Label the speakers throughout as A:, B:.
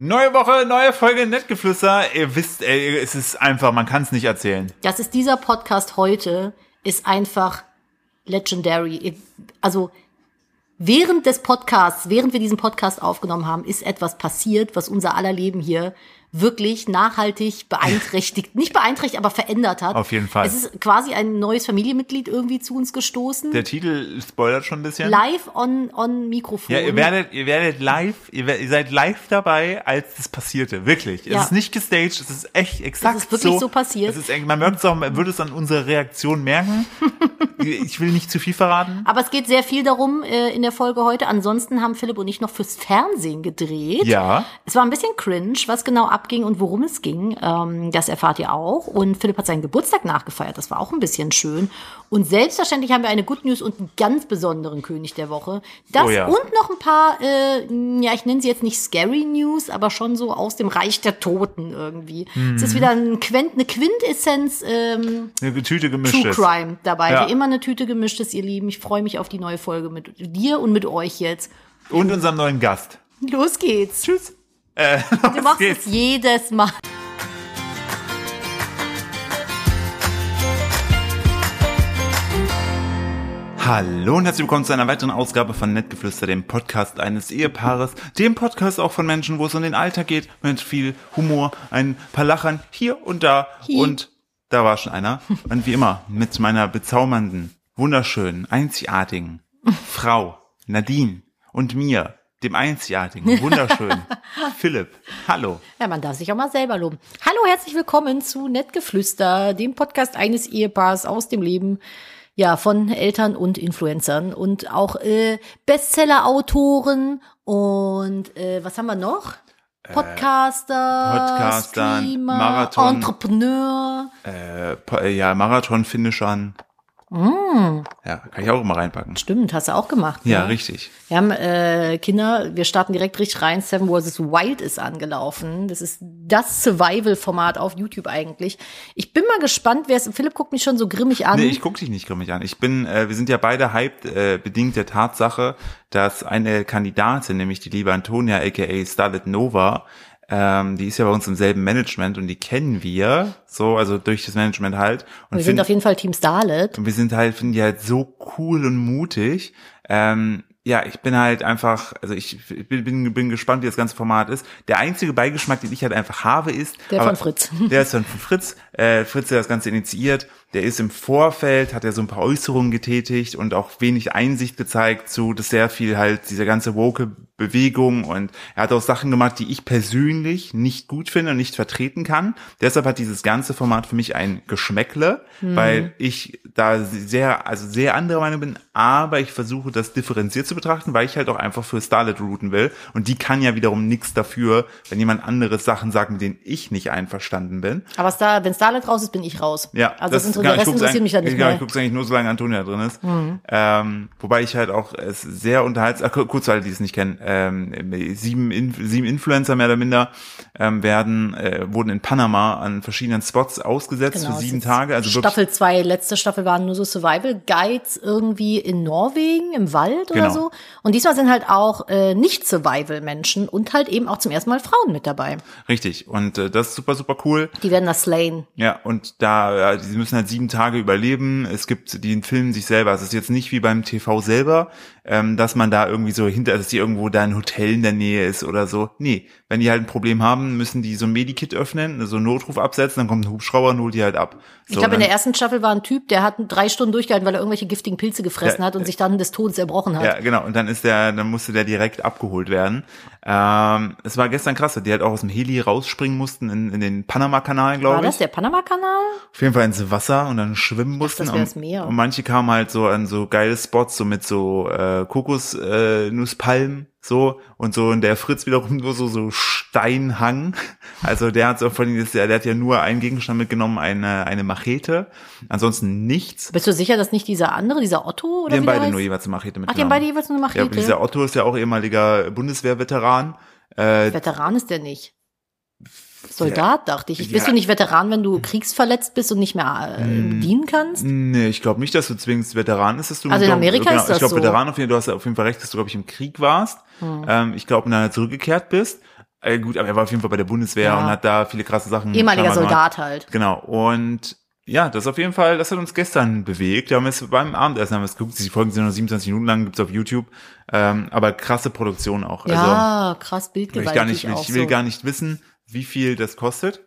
A: Neue Woche, neue Folge Nettgeflüster. Ihr wisst, ey, es ist einfach, man kann es nicht erzählen.
B: Das ist dieser Podcast heute, ist einfach legendary. Also während des Podcasts, während wir diesen Podcast aufgenommen haben, ist etwas passiert, was unser aller Leben hier wirklich nachhaltig beeinträchtigt, nicht beeinträchtigt, aber verändert hat.
A: Auf jeden Fall.
B: Es ist quasi ein neues Familienmitglied irgendwie zu uns gestoßen.
A: Der Titel spoilert schon ein bisschen.
B: Live on, on Mikrofon.
A: Ja, ihr werdet, ihr werdet live, ihr, wer- ihr seid live dabei, als es passierte. Wirklich.
B: Ja.
A: Es ist nicht gestaged, es ist echt exakt
B: Es ist wirklich so passiert.
A: Es ist, echt- man merkt es auch, man würde es an unserer Reaktion merken. ich will nicht zu viel verraten.
B: Aber es geht sehr viel darum äh, in der Folge heute. Ansonsten haben Philipp und ich noch fürs Fernsehen gedreht.
A: Ja.
B: Es war ein bisschen cringe, was genau abging und worum es ging. Ähm, das erfahrt ihr auch. Und Philipp hat seinen Geburtstag nachgefeiert. Das war auch ein bisschen schön. Und selbstverständlich haben wir eine Good News und einen ganz besonderen König der Woche. Das
A: Oh ja.
B: und noch ein paar, äh, ja, ich nenne sie jetzt nicht Scary News, aber schon so aus dem Reich der Toten irgendwie. Es
A: Mhm.
B: ist wieder ein Quent, eine Quintessenz. Ähm,
A: Eine Tüte
B: True
A: gemischtes.
B: Crime dabei.
A: Ja.
B: Wie immer eine Tüte gemischtes, ihr Lieben. Ich freue mich auf die neue Folge mit dir und mit euch jetzt.
A: Und unserem neuen Gast.
B: Los geht's.
A: Tschüss.
B: Du machst
A: geht's.
B: es jedes Mal.
C: Hallo und herzlich willkommen zu einer weiteren Ausgabe von Nettgeflüster, dem Podcast eines Ehepaares, dem Podcast auch von Menschen, wo es um den Alltag geht, mit viel Humor, ein paar Lachern hier und da
B: Hi.
C: und da war schon einer. Und wie immer mit meiner bezaubernden, wunderschönen, einzigartigen Frau Nadine und mir, dem einzigartigen, wunderschönen Philipp. Hallo.
B: Ja, man darf sich auch mal selber loben. Hallo, herzlich willkommen zu Nettgeflüster, dem Podcast eines Ehepaars aus dem Leben. Ja, von Eltern und Influencern und auch äh, Bestseller-Autoren und äh, was haben wir noch? Podcaster,
C: Äh, Podcaster,
B: Streamer,
C: Marathon.
B: Entrepreneur.
C: Äh, pa- äh, ja, Marathon-Finishern. Ja, kann ich auch immer reinpacken.
B: Stimmt, hast du auch gemacht.
C: Ja,
B: ne?
C: richtig.
B: Wir haben äh, Kinder, wir starten direkt richtig rein. Seven vs. Wild ist angelaufen. Das ist das Survival-Format auf YouTube eigentlich. Ich bin mal gespannt, wer es. Philipp guckt mich schon so grimmig an.
C: Nee, ich guck dich nicht grimmig an. Ich bin, äh, wir sind ja beide hyped, äh, bedingt der Tatsache, dass eine Kandidatin, nämlich die liebe Antonia, aka Starlet Nova, ähm, die ist ja bei uns im selben Management und die kennen wir, so, also durch das Management halt. Und
B: wir sind auf jeden Fall Team Starlet.
C: und wir sind halt, finden die halt so cool und mutig. Ähm, ja, ich bin halt einfach, also ich bin, bin, bin gespannt, wie das ganze Format ist. Der einzige Beigeschmack, den ich halt einfach habe, ist.
B: Der von Fritz.
C: Der ist von Fritz. Äh, Fritz, der das Ganze initiiert, der ist im Vorfeld, hat ja so ein paar Äußerungen getätigt und auch wenig Einsicht gezeigt zu, dass sehr viel halt diese ganze woke Bewegung und er hat auch Sachen gemacht, die ich persönlich nicht gut finde und nicht vertreten kann. Deshalb hat dieses ganze Format für mich ein Geschmäckle, weil ich da sehr, also sehr anderer Meinung bin, aber ich versuche das differenziert zu betrachten, weil ich halt auch einfach für Starlet routen will und die kann ja wiederum nichts dafür, wenn jemand anderes Sachen sagt, mit denen ich nicht einverstanden bin.
B: Aber Star, wenn Starlet raus ist, bin ich raus.
C: Ja,
B: also das,
C: genau,
B: der Rest
C: guck's
B: interessiert
C: eigentlich-
B: mich dann nicht
C: genau,
B: mehr. Mhm.
C: Ich guck's eigentlich nur, solange Antonia drin ist. Ähm, wobei ich halt auch es sehr unterhaltsam, ach, kurz für alle, die es nicht kennen, ähm, sieben, Inf sieben Influencer mehr oder minder ähm, werden, äh, wurden in Panama an verschiedenen Spots ausgesetzt
B: Genau,
C: für
B: es
C: sieben
B: ist
C: Tage. Also wirklich
B: Staffel 2, letzte Staffel waren nur so Survival Guides irgendwie in Norwegen, im Wald oder
C: Genau.
B: so. Und diesmal sind halt auch äh, Nicht-Survival-Menschen und halt eben auch zum ersten Mal Frauen mit dabei.
C: richtig. Und äh, das ist super, super cool.
B: Die werden das slain.
C: Ja, und da, ja, sie müssen halt sieben Tage überleben. Es gibt, die filmen sich selber. Es ist jetzt nicht wie beim TV selber, ähm, dass man da irgendwie so hinter, dass die irgendwo da ein Hotel in der Nähe ist oder so. Nee, wenn die halt ein Problem haben, müssen die so ein Medikit öffnen, so einen Notruf absetzen, dann kommt ein Hubschrauber und holt die halt ab. So,
B: Ich glaube, in
C: dann-
B: der ersten Staffel war ein Typ, der hat drei Stunden durchgehalten, weil er irgendwelche giftigen Pilze gefressen
C: Ja, äh,
B: hat und sich dann des Todes erbrochen hat.
C: Ja, genau. Und dann ist der, dann musste der direkt abgeholt werden. Ähm, es war gestern krass, dass die halt auch aus dem Heli rausspringen mussten in, in den Panama-Kanal, glaube ich.
B: war das der Panama-Kanal?
C: auf jeden Fall ins Wasser und dann schwimmen mussten.
B: das wär's
C: und,
B: Meer.
C: und manche kamen halt so an so geile Spots, so mit so äh, Kokosnusspalmen, äh, Nusspalmen, so und so und der Fritz wiederum nur so so Steinhang. Also der hat so von der, der hat ja nur einen Gegenstand mitgenommen, eine eine Machete, ansonsten nichts.
B: Bist du sicher, dass nicht dieser andere, dieser Otto oder
C: Die haben
B: wie der
C: beide
B: heißt?
C: nur jeweils eine Machete
B: Ach,
C: mitgenommen.
B: die haben beide jeweils nur eine
C: Ja,
B: Machete.
C: aber dieser Otto ist ja auch ehemaliger Bundeswehrveteran. Äh,
B: Veteran ist der nicht. Soldat, dachte ich. Bist
C: Ja.
B: du nicht Veteran, wenn du kriegsverletzt bist und nicht mehr äh,
C: Hm.
B: dienen kannst?
C: Nee, ich glaube nicht, dass du zwingend Veteran bist. Dass du
B: Also in
C: doch-
B: Amerika ist das
C: Ich glaube,
B: so. Hm.
C: Veteran, auf jeden, du hast auf jeden Fall recht, dass du, glaube ich, im Krieg warst. Ähm, ich glaube, und dann halt zurückgekehrt bist. Äh, gut, aber er war auf jeden Fall bei der Bundeswehr
B: Ja.
C: und hat da viele krasse Sachen.
B: Ehemaliger
C: klar gemacht.
B: Soldat halt.
C: Genau. Und ja, das auf jeden Fall, das hat uns gestern bewegt. Wir haben es beim Abendessen haben wir es geguckt. Die Folgen sind nur 27 Minuten lang, gibt's auf YouTube. Ähm, aber krasse Produktion auch. also,
B: Ja, krass
C: will ich gar
B: bildgewaltig
C: nicht, will,
B: auch
C: ich will
B: so.
C: gar nicht wissen, wie viel das kostet.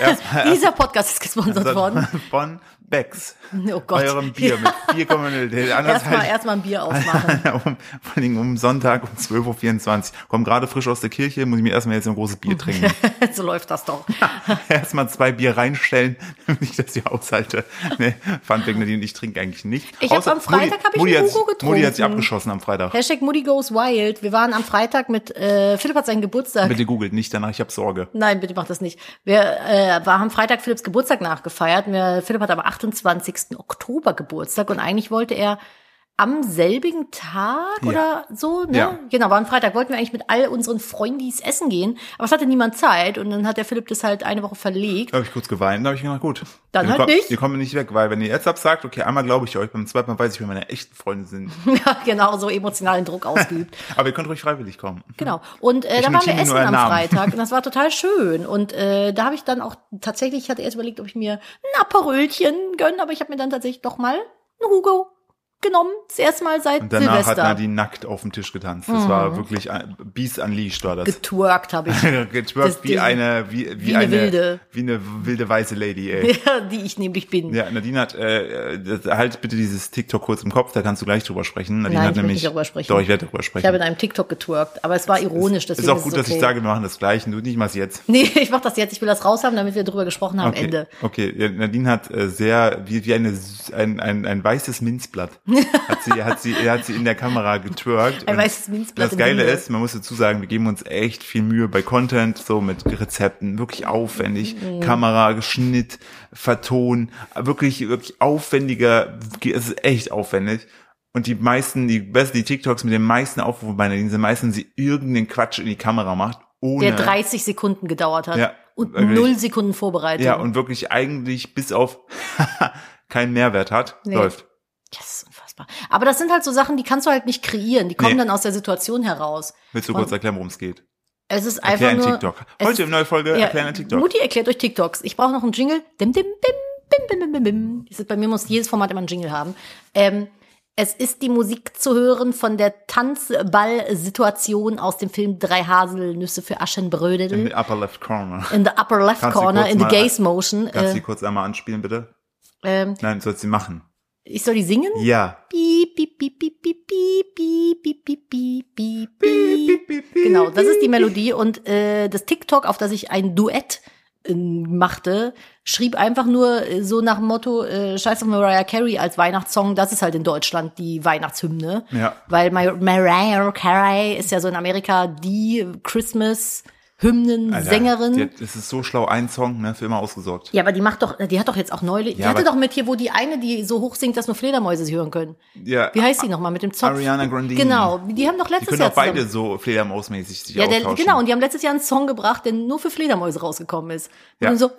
C: Erstmal
B: Dieser Podcast ist gesponsert
C: Also,
B: worden.
C: von Becks.
B: Oh Gott.
C: Eurem Bier mit 4,0. Anders
B: Erstmal
C: halt,
B: erstmal ein Bier aufmachen.
C: um, vor allem um Sonntag um 12.24 Uhr. Komm gerade frisch aus der Kirche, muss ich mir erstmal jetzt ein großes
B: Oh.
C: Bier trinken.
B: so läuft das doch.
C: erstmal zwei Bier reinstellen, damit ich das hier aushalte. Nee, Funfact Nadine, ich trinke eigentlich nicht.
B: Ich hab
C: Außer-
B: am Freitag
C: Mutti-
B: hab ich
C: Mutti
B: einen
C: hat-
B: Hugo getrunken.
C: Mutti hat sich abgeschossen am Freitag.
B: Hashtag Moody Goes Wild. Wir waren am Freitag mit, äh, Philipp hat seinen Geburtstag.
C: Bitte googelt nicht danach, ich habe Sorge.
B: Nein, bitte mach das nicht. Wir äh, war, haben Freitag Philipps Geburtstag nachgefeiert. Wir, Philipp hat am 28. Oktober Geburtstag und eigentlich wollte er am selbigen Tag oder so, ne?
C: Ja.
B: Genau, war am Freitag. Wollten wir eigentlich mit all unseren Freundis essen gehen, aber es hatte niemand Zeit und dann hat der Philipp das halt eine Woche verlegt.
C: Da habe ich kurz geweint, da habe ich gedacht, gut.
B: Dann
C: ihr
B: halt
C: kommt,
B: nicht.
C: Ihr kommt nicht weg, weil wenn ihr jetzt absagt, okay, einmal glaube ich euch, beim zweiten Mal weiß ich, wer meine echten Freunde sind.
B: Ja, genau, so emotionalen Druck ausgeübt.
C: Aber ihr könnt ruhig freiwillig kommen.
B: Genau. Und äh, da waren
C: notiere
B: wir
C: mir
B: essen
C: nur
B: am
C: einen Namen.
B: Freitag und das war total schön. Und äh, da habe ich dann auch tatsächlich, ich hatte erst überlegt, ob ich mir ein Aperölchen gönne, aber ich habe mir dann tatsächlich doch mal einen Hugo genommen. Das erste Mal seit
C: Und danach
B: Silvester. Mhm.
C: hat Nadine nackt auf dem Tisch getanzt. Das war wirklich, ein- Beast Unleashed war das.
B: Getwerkt habe ich, Das
C: Getwerkt wie
B: Ding.
C: eine, wie, wie,
B: Wie eine
C: eine,
B: Wilde.
C: wie eine wilde weiße Lady, ey.
B: die ich nämlich bin.
C: Ja, Nadine hat, äh, das- halt bitte dieses TikTok kurz im Kopf, da kannst du gleich drüber sprechen. Nadine
B: Nein,
C: hat
B: ich will
C: nämlich,
B: nicht darüber sprechen.
C: doch, ich werde drüber
B: Ich habe in
C: sprechen.
B: einem TikTok getwerkt, aber es war ironisch.
C: Ist
B: deswegen
C: auch gut,
B: es
C: dass ich
B: okay.
C: sage, wir machen das gleich und du nicht machst jetzt.
B: Nee, ich mache das jetzt. Ich will das raus haben, damit wir drüber gesprochen haben am
C: Okay.
B: Ende.
C: Okay, ja, Nadine hat äh, sehr, wie, wie eine, s- ein, ein, ein weißes Minzblatt. Hat sie, hat sie, hat sie in der Kamera getwerkt.
B: Ein
C: und
B: weißes Minzblatt
C: Das
B: im
C: Geile
B: Winde.
C: ist, man muss dazu sagen, wir geben uns echt viel Mühe bei Content, so mit Rezepten, wirklich aufwendig.
B: Mhm.
C: Kamera, Schnitt, Verton, wirklich, wirklich aufwendiger, es ist echt aufwendig. Und die meisten, die besten, die TikToks mit den meisten Aufrufen bei Nadine sind meistens, sie irgendeinen Quatsch in die Kamera macht, ohne.
B: Der 30 Sekunden gedauert hat
C: Ja,
B: und
C: wirklich.
B: null Sekunden Vorbereitung.
C: Ja, und wirklich eigentlich bis auf keinen Mehrwert hat,
B: Nee.
C: läuft.
B: Das ist unfassbar. Aber das sind halt so Sachen, die kannst du halt nicht kreieren. Die kommen
C: Nee.
B: dann aus der Situation heraus.
C: Willst du
B: Und-
C: kurz erklären, worum es geht?
B: Es ist einfach
C: Erklären
B: nur.
C: TikTok.
B: es
C: Heute
B: ist-
C: in neue Folge
B: ja,
C: erklären TikTok.
B: Mutti erklärt euch TikToks. Ich brauche noch einen Jingle. Dim, dim, bim, bim, bim, bim, bim, bim. Das ist, bei mir muss jedes Format immer einen Jingle haben. Ähm, es ist die Musik zu hören von der Tanzball-Situation aus dem Film Drei Haselnüsse für
C: Im
B: Aschenbrödel.
C: upper left corner.
B: In the upper left
C: Kannst du
B: corner,
C: kurz
B: in the
C: mal-
B: gaze motion.
C: Kannst du
B: Äh,
C: die kurz einmal anspielen, bitte?
B: ähm,
C: Nein, sollst du sie machen.
B: ich soll die singen?
C: Ja.
B: Piep, piep, piep, piep, piep, piep, piep, piep, piep, piep, piep, piep. Genau, das ist die Melodie und äh, das TikTok, auf das ich ein Duett äh, machte, schrieb einfach nur äh, so nach dem Motto äh, Scheiß auf Mariah Carey als Weihnachtssong. Das ist halt in Deutschland die Weihnachtshymne,
C: Ja.
B: weil Mar Mariah Carey ist ja so in Amerika die Christmas
C: Alter,
B: Hymnensängerin.
C: die hat- Es ist so schlau, ein Song, ne, für immer ausgesorgt.
B: ja, aber die macht doch, die hat doch jetzt auch neulich, die
C: Ja,
B: hatte
C: aber-
B: doch mit hier, wo die eine, die so hoch singt, dass nur Fledermäuse sie hören können.
C: Ja.
B: Wie heißt die nochmal mit dem Zopf?
C: Ariana Grande.
B: Genau, die haben doch
C: Die
B: letztes
C: können
B: Jahr
C: auch beide
B: zusammen-
C: so Fledermausmäßig sich
B: ja, der,
C: austauschen.
B: genau, und die haben letztes Jahr einen Song gebracht, der nur für Fledermäuse rausgekommen ist.
C: Ja.
B: Und so,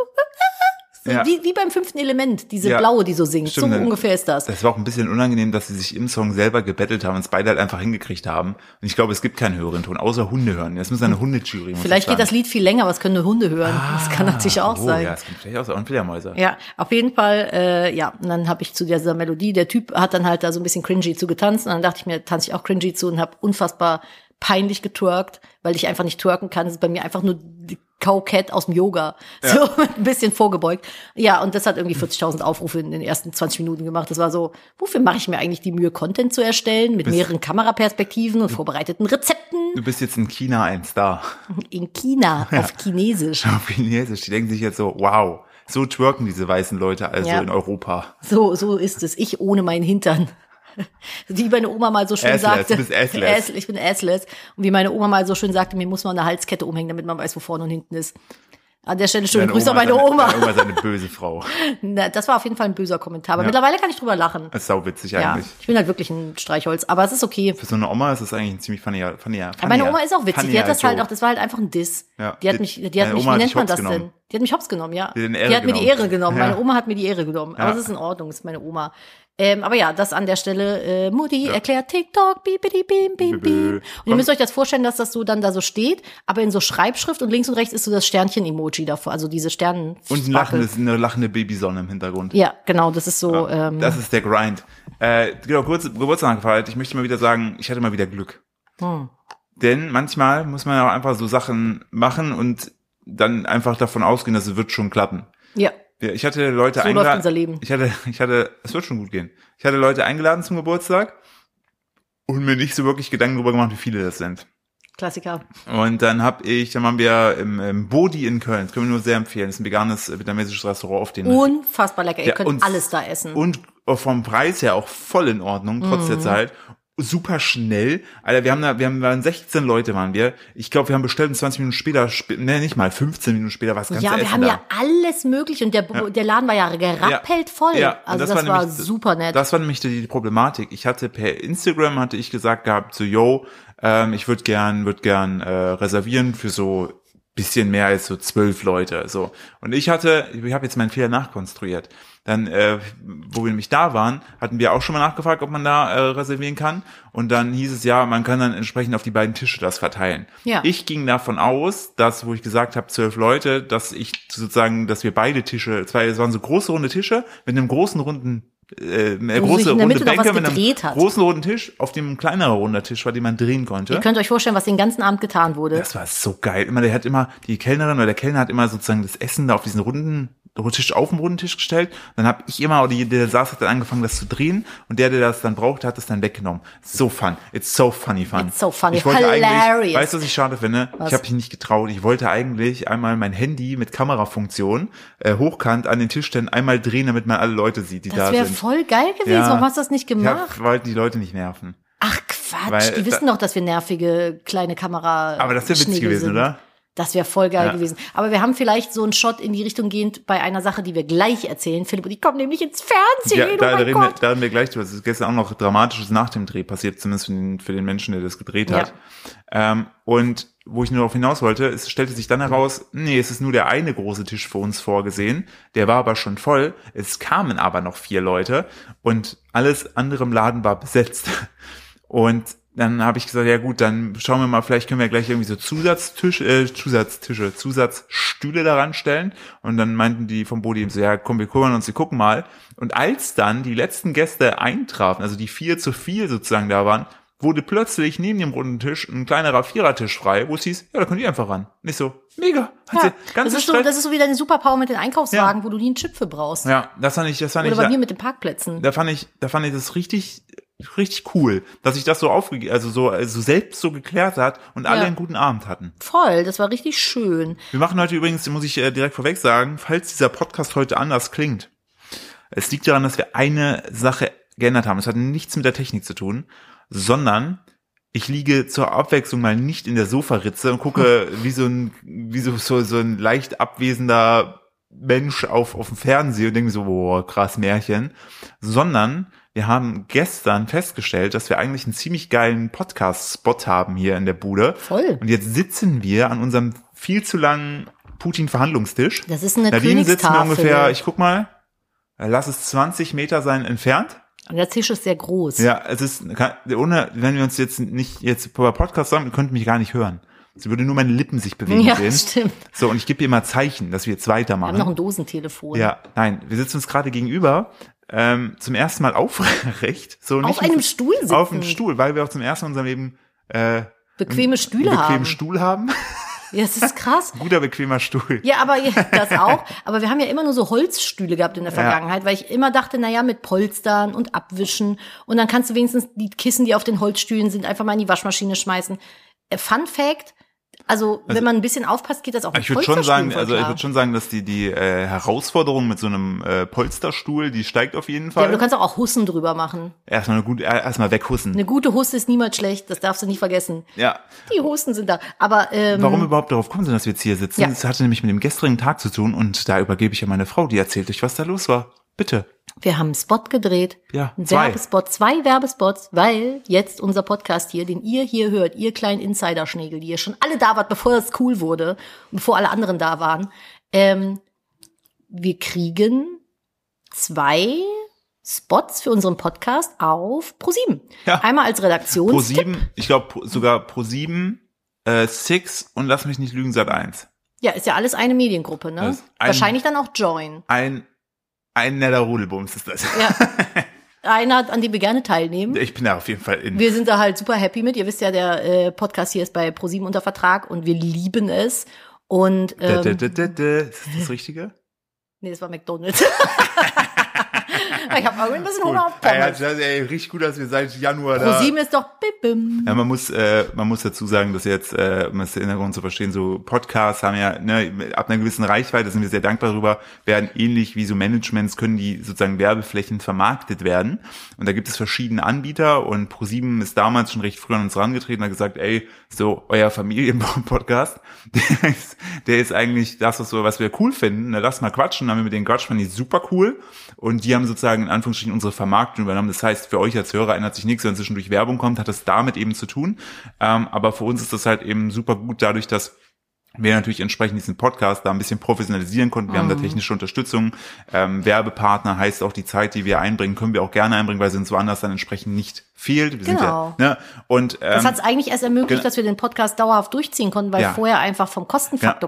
B: so
C: Ja.
B: wie, wie beim fünften Element, diese
C: Ja.
B: blaue, die so singt.
C: Stimmt,
B: so
C: ne?
B: ungefähr ist das.
C: Das war auch ein bisschen unangenehm, dass sie sich im Song selber gebettelt haben und es beide halt einfach hingekriegt haben. Und ich glaube, es gibt keinen höheren Ton, außer Hunde hören. Jetzt müssen eine Hundejury muss
B: Hm. Vielleicht
C: ich
B: geht das
C: sagen.
B: Lied viel länger, was können nur Hunde hören. das kann natürlich auch
C: oh,
B: sein.
C: Ah, Ja, es gibt vielleicht auch so einen Fledermäuser.
B: Ja, auf jeden Fall, äh, ja, und dann habe ich zu dieser Melodie, der Typ hat dann halt da so ein bisschen cringy zu getanzt und dann dachte ich mir, tanze ich auch cringy zu und habe unfassbar peinlich getwerkt, weil ich einfach nicht twerken kann. Das ist bei mir einfach nur die Cowcat aus dem Yoga. So ein bisschen vorgebeugt. Ja, und das hat irgendwie 40.000 Aufrufe in den ersten 20 Minuten gemacht. Das war so, wofür mache ich mir eigentlich die Mühe, Content zu erstellen mit mehreren Kameraperspektiven und vorbereiteten Rezepten
C: Du bist jetzt in China ein Star.
B: in China auf Chinesisch.
C: Auf Chinesisch. Die denken sich jetzt so, wow, so twerken diese weißen Leute also
B: Ja.
C: in Europa.
B: So, so ist es. Ich ohne meinen Hintern. Wie meine Oma mal so schön
C: Assless,
B: sagte.
C: du bist assless.
B: Ass- Ich bin assless. Und wie meine Oma mal so schön sagte, mir muss man eine Halskette umhängen, damit man weiß, wo vorne und hinten ist. An der Stelle schöne
C: Deine
B: Grüße an meine
C: ist eine-
B: Oma.
C: Deine Oma ist eine böse Frau.
B: Na, das war auf jeden Fall ein böser Kommentar. Aber
C: Ja.
B: mittlerweile kann ich drüber lachen.
C: Das ist sauwitzig
B: Ja,
C: eigentlich.
B: ich bin halt wirklich ein Streichholz. Aber es ist okay.
C: Für so eine Oma ist das eigentlich ein ziemlich funnier, funnier, funnier
B: Aber meine Oma ist auch witzig. Die
C: funnier
B: hat das halt auch,
C: Joke.
B: das war halt einfach ein Diss.
C: Ja.
B: Die hat
C: Die-
B: mich, die hat
C: deine
B: mich,
C: Oma
B: wie
C: hat
B: nennt
C: dich
B: man das
C: hops
B: denn?
C: genommen.
B: Die hat mich hops genommen, ja.
C: Die hat den
B: Die
C: Ehre
B: hat mir die
C: genommen.
B: Ehre genommen.
C: Ja.
B: Meine Oma hat mir die Ehre genommen. Aber
C: Ja.
B: das ist in Ordnung. Das ist meine Oma. Ähm, aber ja, das an der Stelle, äh, Mutti erklärt TikTok, bim, bim, bim, bim. Und ihr
C: Komm.
B: müsst euch das vorstellen, dass das so dann da so steht, aber in so Schreibschrift und links und rechts ist so das Sternchen-Emoji davor, also diese Sternen.
C: Und ein lachendes, eine lachende Babysonne im Hintergrund.
B: Ja, genau, das ist so, ähm,
C: Das ist der Grind. Äh, genau, kurz Geburtstag gefeiert. Ich möchte mal wieder sagen, ich hatte mal wieder Glück.
B: hm.
C: Denn manchmal muss man auch einfach so Sachen machen und dann einfach davon ausgehen, das wird schon klappen.
B: ja.
C: Ja, Ich hatte Leute
B: So läuft
C: eingeladen.
B: unser Leben.
C: Ich hatte, ich hatte, es wird schon gut gehen. Ich hatte Leute eingeladen zum Geburtstag und mir nicht so wirklich Gedanken darüber gemacht, wie viele das sind.
B: Klassiker.
C: Und dann hab ich, dann waren wir im, im Bodi in Köln. Das können wir nur sehr empfehlen. Das ist ein veganes äh, vietnamesisches Restaurant auf den
B: Oh. Unfassbar lecker. Ihr
C: Ja,
B: könnt
C: und-
B: alles da essen.
C: und vom Preis her auch voll in Ordnung, trotz
B: Mhm.
C: der Zeit. Super schnell. Alter, wir haben da, wir haben, waren 16 Leute waren wir. Ich glaube, wir haben bestellt und 20 Minuten später, sp- ne, nicht mal, 15 Minuten später war das ganze
B: ja, wir
C: Essen
B: haben
C: da.
B: ja alles möglich und der, der Laden war ja gerappelt voll.
C: Ja, und
B: also das, war,
C: nämlich-
B: super nett.
C: Das war nämlich die Problematik. Ich hatte per Instagram hatte ich gesagt gehabt, so yo, ähm, ich würde gern, würde gern äh, reservieren für so bisschen mehr als so zwölf Leute. So und ich hatte, ich habe jetzt meinen Fehler nachkonstruiert. Dann, äh, wo wir nämlich da waren, hatten wir auch schon mal nachgefragt, ob man da äh, reservieren kann. Und dann hieß es ja, man kann dann entsprechend auf die beiden Tische das verteilen.
B: Ja.
C: Ich ging davon aus, dass, wo ich gesagt habe, zwölf Leute, dass ich sozusagen, dass wir beide Tische, zwei, es waren so große runde Tische mit einem großen runden, äh, äh,
B: Wo sich
C: große
B: in
C: runde
B: der Mitte noch was
C: Bänke mit
B: gedreht
C: einem
B: hat.
C: großen runden Tisch, auf dem ein kleinerer runder Tisch war, den man drehen konnte.
B: Ihr könnt euch vorstellen, was den ganzen Abend getan wurde.
C: ne? Das war so geil. Immer, der hat immer, die Kellnerin oder der Kellner hat immer sozusagen das Essen da auf diesen runden Tisch, auf den runden Tisch gestellt. Dann habe ich immer, oder die, der saß, hat dann angefangen, das zu drehen. Und der, der das dann brauchte, hat das dann weggenommen. So fun. It's so funny fun.
B: It's so funny.
C: Ich wollte
B: Hilarious.
C: eigentlich, weißt du, was ich schade finde? Ich habe mich nicht getraut. Ich wollte eigentlich einmal mein Handy mit Kamerafunktion äh, hochkant an den Tisch stellen, einmal drehen, damit man alle Leute sieht, die
B: Das
C: da
B: wäre
C: sind.
B: voll geil gewesen.
C: Ja.
B: Warum hast du das nicht
C: ich
B: gemacht?
C: hab, wollte die Leute nicht nerven.
B: Ach Quatsch,
C: Weil
B: die
C: da-
B: wissen doch, dass wir nervige kleine Kamera.
C: Aber das wär witzig
B: Schnägel
C: gewesen,
B: sind.
C: oder?
B: Das wäre voll geil
C: Ja.
B: gewesen. Aber wir haben vielleicht so einen Shot in die Richtung gehend bei einer Sache, die wir gleich erzählen. Philipp und ich kommen nämlich ins
C: Ja,
B: Fernsehen.
C: da,
B: oh
C: da,
B: mein
C: reden wir,
B: Gott.
C: da reden wir gleich drüber. Es ist gestern auch noch Dramatisches nach dem Dreh passiert, zumindest für den, für den Menschen, der das gedreht
B: Ja.
C: hat. Ähm, und wo ich nur darauf hinaus wollte, es stellte sich dann heraus, nee, es ist nur der eine große Tisch für uns vorgesehen, der war aber schon voll, es kamen aber noch vier Leute und alles andere im Laden war besetzt. Und dann habe ich gesagt, ja gut, dann schauen wir mal, vielleicht können wir gleich irgendwie so Zusatztisch, äh, Zusatztische, Zusatzstühle daran stellen. Und dann meinten die vom Bodi so, ja komm, wir kümmern uns, wir gucken mal. Und als dann die letzten Gäste eintrafen, also die vier zu viel sozusagen da waren, wurde plötzlich neben dem runden Tisch ein kleinerer Vierertisch frei, wo es hieß, ja, da könnt ihr einfach ran. Nicht so, mega. Hat
B: Ja,
C: sie
B: das,
C: ganz
B: ist so,
C: Stress.
B: das ist so wie deine Superpower mit den Einkaufswagen,
C: Ja.
B: wo du nie einen Chip für brauchst.
C: ja, das fand ich, das fand
B: Oder
C: ich.
B: bei
C: ja-
B: mir mit den Parkplätzen.
C: da fand ich, da fand ich das richtig, richtig cool, dass sich das so aufge, also so, also selbst so geklärt hat und alle
B: Ja.
C: einen guten Abend hatten.
B: Voll, das war richtig schön.
C: Wir machen heute übrigens, muss ich äh, direkt vorweg sagen, falls dieser Podcast heute anders klingt, es liegt daran, dass wir eine Sache geändert haben. Es hat nichts mit der Technik zu tun, sondern ich liege zur Abwechslung mal nicht in der Sofaritze und gucke wie so ein, wie so, so, so ein leicht abwesender Mensch auf, auf dem Fernseher und denke mir so, boah, krass Märchen, sondern wir haben gestern festgestellt, dass wir eigentlich einen ziemlich geilen Podcast-Spot haben hier in der Bude.
B: Voll.
C: Und jetzt sitzen wir an unserem viel zu langen Putin-Verhandlungstisch.
B: Das ist eine
C: Nadine sitzt mir
B: Königstafel.
C: ungefähr, ich guck mal, äh, lass es 20 Meter sein entfernt.
B: Und der Tisch ist sehr groß.
C: Ja, es ist, kann, ohne, wenn wir uns jetzt nicht jetzt über Podcast sagen, ihr könnt mich gar nicht hören. Sie würde nur meine Lippen sich bewegen
B: Ja,
C: sehen.
B: stimmt.
C: So, und ich gebe ihr mal Zeichen, dass wir jetzt
B: Wir haben noch
C: weitermachen.
B: ein Dosentelefon.
C: Ja, nein, wir sitzen uns gerade gegenüber, ähm, zum ersten Mal aufrecht. So
B: Auf
C: nicht
B: einem Stuhl sitzen.
C: Auf einem Stuhl, weil wir auch zum ersten Mal in unserem Leben äh,
B: Bequeme Stühle
C: einen bequemen
B: haben.
C: Stuhl haben.
B: Ja, das ist krass.
C: Guter, bequemer Stuhl.
B: Ja, aber ja, das auch. Aber wir haben ja immer nur so Holzstühle gehabt in der Vergangenheit, weil ich immer dachte, na ja, mit Polstern und Abwischen. Und dann kannst du wenigstens die Kissen, die auf den Holzstühlen sind, einfach mal in die Waschmaschine schmeißen. Äh, Fun Fact, also, wenn man ein bisschen aufpasst, geht das auch mit
C: Ah, Ich würde schon sagen,
B: voll
C: also ich
B: klar.
C: würde schon sagen, dass die die äh, Herausforderung mit so einem äh, Polsterstuhl, die steigt auf jeden
B: ja,
C: Fall.
B: aber du kannst auch, auch Hussen drüber machen.
C: erstmal eine gute, äh, erstmal weghussen.
B: Eine gute Husse ist niemals schlecht, das darfst du nicht vergessen.
C: ja.
B: Die Husten sind da. Aber ähm,
C: Warum überhaupt darauf kommen sind, dass wir jetzt hier sitzen?
B: Ja.
C: Das hatte nämlich mit dem gestrigen Tag zu tun und da übergebe ich ja meine Frau, die erzählt euch, was da los war. Bitte.
B: wir haben einen Spot gedreht.
C: Ja,
B: Ein
C: zwei.
B: Werbespot, zwei Werbespots, weil jetzt unser Podcast hier, den ihr hier hört, ihr kleinen Insiderschnägel, die ihr schon alle da wart, bevor es cool wurde und bevor alle anderen da waren, ähm, wir kriegen zwei Spots für unseren Podcast auf ProSieben.
C: Ja.
B: Einmal als Redaktions.
C: Pro 7, ich glaube sogar Pro 7, äh, Six und lass mich nicht lügen, Sat 1.
B: Ja, ist ja alles eine Mediengruppe, ne?
C: Das ist ein-
B: Wahrscheinlich dann auch Join.
C: Ein, ein netter Rudelbums ist das.
B: Ja. Einer, an dem wir gerne teilnehmen.
C: Ich bin da auf jeden Fall in.
B: Wir sind da halt super happy mit. Ihr wisst ja, der äh, Podcast hier ist bei ProSieben unter Vertrag und wir lieben es. Und
C: Da, da,
B: ähm,
C: da, da, da. Ist das das Richtige?
B: nee, das war McDonalds. ich habe irgendwie ein bisschen Hunger auf
C: Ey, Ah, das
B: Pommes.
C: ist, ey, richtig gut, dass wir seit Januar da.
B: ProSieben ist doch bim, bim.
C: Ja, man muss, äh, man muss dazu sagen, dass jetzt, äh, um das im Hintergrund zu verstehen, so Podcasts haben ja, ne, ab einer gewissen Reichweite sind wir sehr dankbar darüber, werden ähnlich wie so Managements, können die sozusagen Werbeflächen vermarktet werden. Und da gibt es verschiedene Anbieter und ProSieben ist damals schon recht früh an uns rangetreten und hat gesagt, ey, so euer Familienpodcast, der ist, der ist eigentlich das, was, so, was wir cool finden. Na, lass mal quatschen. Dann haben wir mit denen gequatscht, fanden die super cool. Und die haben sozusagen in Anführungsstrichen unsere Vermarktung übernommen. Das heißt, für euch als Hörer ändert sich nichts, wenn zwischendurch Werbung kommt, hat das damit eben zu tun. Ähm, aber für uns ist das halt eben super gut dadurch, dass wir natürlich entsprechend diesen Podcast da ein bisschen professionalisieren konnten. Wir haben da
B: Mhm.
C: technische Unterstützung. Ähm, Werbepartner heißt auch die Zeit, die wir einbringen, können wir auch gerne einbringen, weil sie uns woanders dann entsprechend nicht fehlt. Wir sind ja,
B: Genau.
C: ne? Und ähm,
B: Das hat es eigentlich erst ermöglicht,
C: genau.
B: dass wir den Podcast dauerhaft durchziehen konnten, weil
C: Ja.
B: vorher einfach vom Kostenfaktor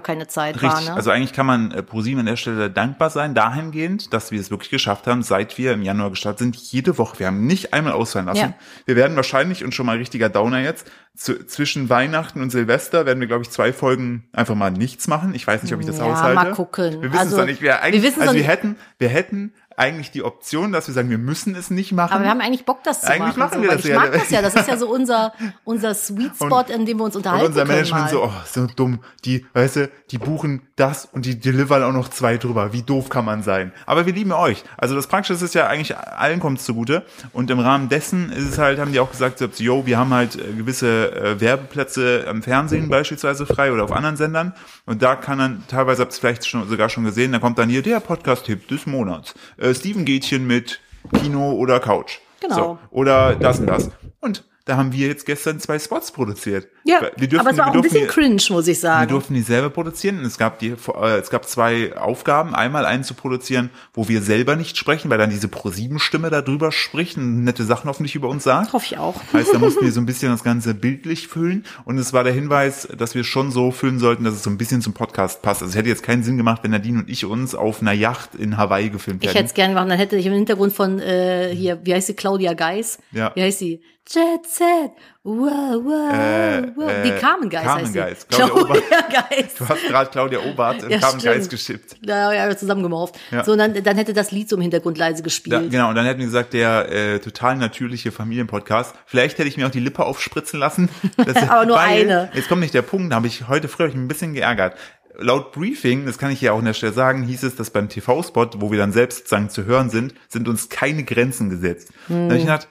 C: Ja.
B: keine Zeit war.
C: Richtig.
B: Ne?
C: Also eigentlich kann man äh, ProSieben an der Stelle dankbar sein, dahingehend, dass wir es wirklich geschafft haben, seit wir im Januar gestartet sind, jede Woche. Wir haben nicht einmal ausfallen lassen.
B: Ja.
C: Wir werden wahrscheinlich, und schon mal richtiger Downer jetzt, zu, zwischen Weihnachten und Silvester werden wir, glaube ich, zwei Folgen einfach mal nichts machen. Ich weiß nicht, ob ich das
B: Ja,
C: aushalte.
B: mal gucken.
C: Wir wissen
B: Also,
C: es noch nicht. Wir, eigentlich,
B: wir wissen
C: also
B: noch
C: wir
B: nicht-
C: hätten, wir hätten eigentlich die Option, dass wir sagen, wir müssen es nicht machen.
B: aber wir haben eigentlich Bock, das zu
C: Eigentlich
B: machen.
C: machen
B: so,
C: wir
B: weil
C: das
B: ich
C: ja.
B: mag das ja. Das ist ja so unser, unser Sweet Spot, in dem wir uns
C: und
B: unterhalten
C: unser
B: können.
C: Management
B: mal.
C: so, oh, so dumm. Die, weißt du, die buchen das und die delivern auch noch zwei drüber. Wie doof kann man sein? Aber wir lieben euch. Also das Praktische ist ja eigentlich allen kommt zugute. Und im Rahmen dessen ist es halt, haben die auch gesagt, so, yo, wir haben halt äh, gewisse äh, Werbeplätze im Fernsehen beispielsweise frei oder auf anderen Sendern. Und da kann dann teilweise habt ihr es vielleicht schon, sogar schon gesehen, da kommt dann hier der Podcast-Tipp des Monats. Äh, Steven Gätchen mit Kino oder Couch.
B: Genau.
C: So. Oder das und das. Und da haben wir jetzt gestern zwei Spots produziert.
B: ja,
C: wir dürfen,
B: aber es
C: wir
B: war auch ein
C: dürfen die,
B: bisschen cringe, muss ich
C: Wir
B: sagen.
C: durften die selber produzieren. Und Es gab, die, äh, es gab zwei Aufgaben. Einmal einen zu produzieren, wo wir selber nicht sprechen, weil dann diese Pro-7-Stimme da drüber spricht und nette Sachen hoffentlich über uns sagt.
B: Hoffe ich auch.
C: Heißt, da mussten wir so ein bisschen das Ganze bildlich füllen. Und es war der Hinweis, dass wir schon so füllen sollten, dass es so ein bisschen zum Podcast passt. Also es hätte jetzt keinen Sinn gemacht, wenn Nadine und ich uns auf einer Yacht in Hawaii gefilmt
B: Ich
C: hätten.
B: hätte es gerne gemacht, dann hätte ich im Hintergrund von äh, hier, wie heißt sie, Claudia Geis?
C: Ja.
B: Wie heißt sie? Jet Set. Wow, wow,
C: Äh,
B: wow.
C: äh,
B: Die Carmen Geis
C: Carmen
B: heißt
C: Geis.
B: sie.
C: Claudia Obert.
B: Geis.
C: Du hast gerade Claudia Obert und
B: Ja,
C: Carmen
B: stimmt.
C: Geis geschippt.
B: Da haben wir zusammengemorft.
C: Ja.
B: So, und dann, dann hätte das Lied so im Hintergrund leise
C: Da,
B: gespielt.
C: genau, und dann hätten wir gesagt, der äh, total natürliche Familienpodcast. Vielleicht hätte ich mir auch die Lippe aufspritzen lassen. Das-
B: Aber nur eine.
C: Jetzt kommt nicht der Punkt, da habe ich heute früh hab ich mich ein bisschen geärgert. Laut Briefing, das kann ich ja auch an der Stelle sagen, hieß es, dass beim TV-Spot, wo wir dann selbst sozusagen zu hören sind, sind uns keine Grenzen gesetzt. Da hab ich gedacht,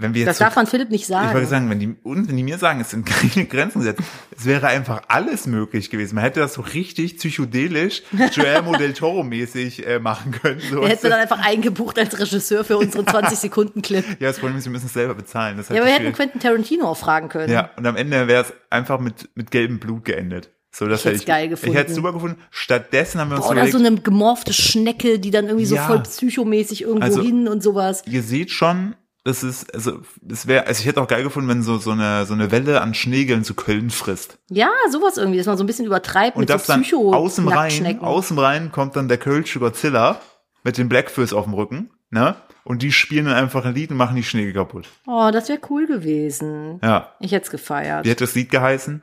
C: wenn wir jetzt
B: Hm. das
C: so
B: darf man Philipp nicht
C: ich wollte
B: sagen.
C: sagen, wenn die, und wenn die mir sagen, es sind keine Grenzen gesetzt, es wäre einfach alles möglich gewesen. Man hätte das so richtig psychedelisch, Guillermo del Toro-mäßig äh, machen können. So.
B: Der hätte dann einfach eingebucht als Regisseur für unseren 20-Sekunden-Clip.
C: ja, das Problem ist, wir müssen es selber bezahlen. Das ist
B: Ja,
C: halt
B: aber wir
C: so
B: hätten
C: schwierig.
B: Quentin Tarantino auch fragen können.
C: ja, und am Ende wäre es einfach mit, mit gelbem Blut geendet. So, das
B: Ich
C: hätte
B: hätt's geil
C: Ich hätte
B: gefunden.
C: es super gefunden. Stattdessen haben wir uns
B: Oder
C: überlegt,
B: so eine gemorfte Schnecke, die dann irgendwie so
C: Ja.
B: voll psychomäßig irgendwo
C: Also-
B: hin und sowas.
C: ihr seht schon, das ist, also, es wäre, also ich hätte auch geil gefunden, wenn so, so eine, so eine Welle an Schneegeln zu Köln frisst.
B: Ja, sowas irgendwie, dass man so ein bisschen übertreibt
C: Und
B: mit
C: das
B: so
C: dann aus dem Rhein,
B: Psycho-Nacktschnecken.
C: aus dem Rhein kommt dann der Kölsche Godzilla mit den Blackfills auf dem Rücken, ne? Und die spielen dann einfach ein Lied und machen die Schnee kaputt.
B: Oh, das wäre cool gewesen.
C: Ja.
B: Ich hätte es gefeiert.
C: Wie hätte das Lied geheißen?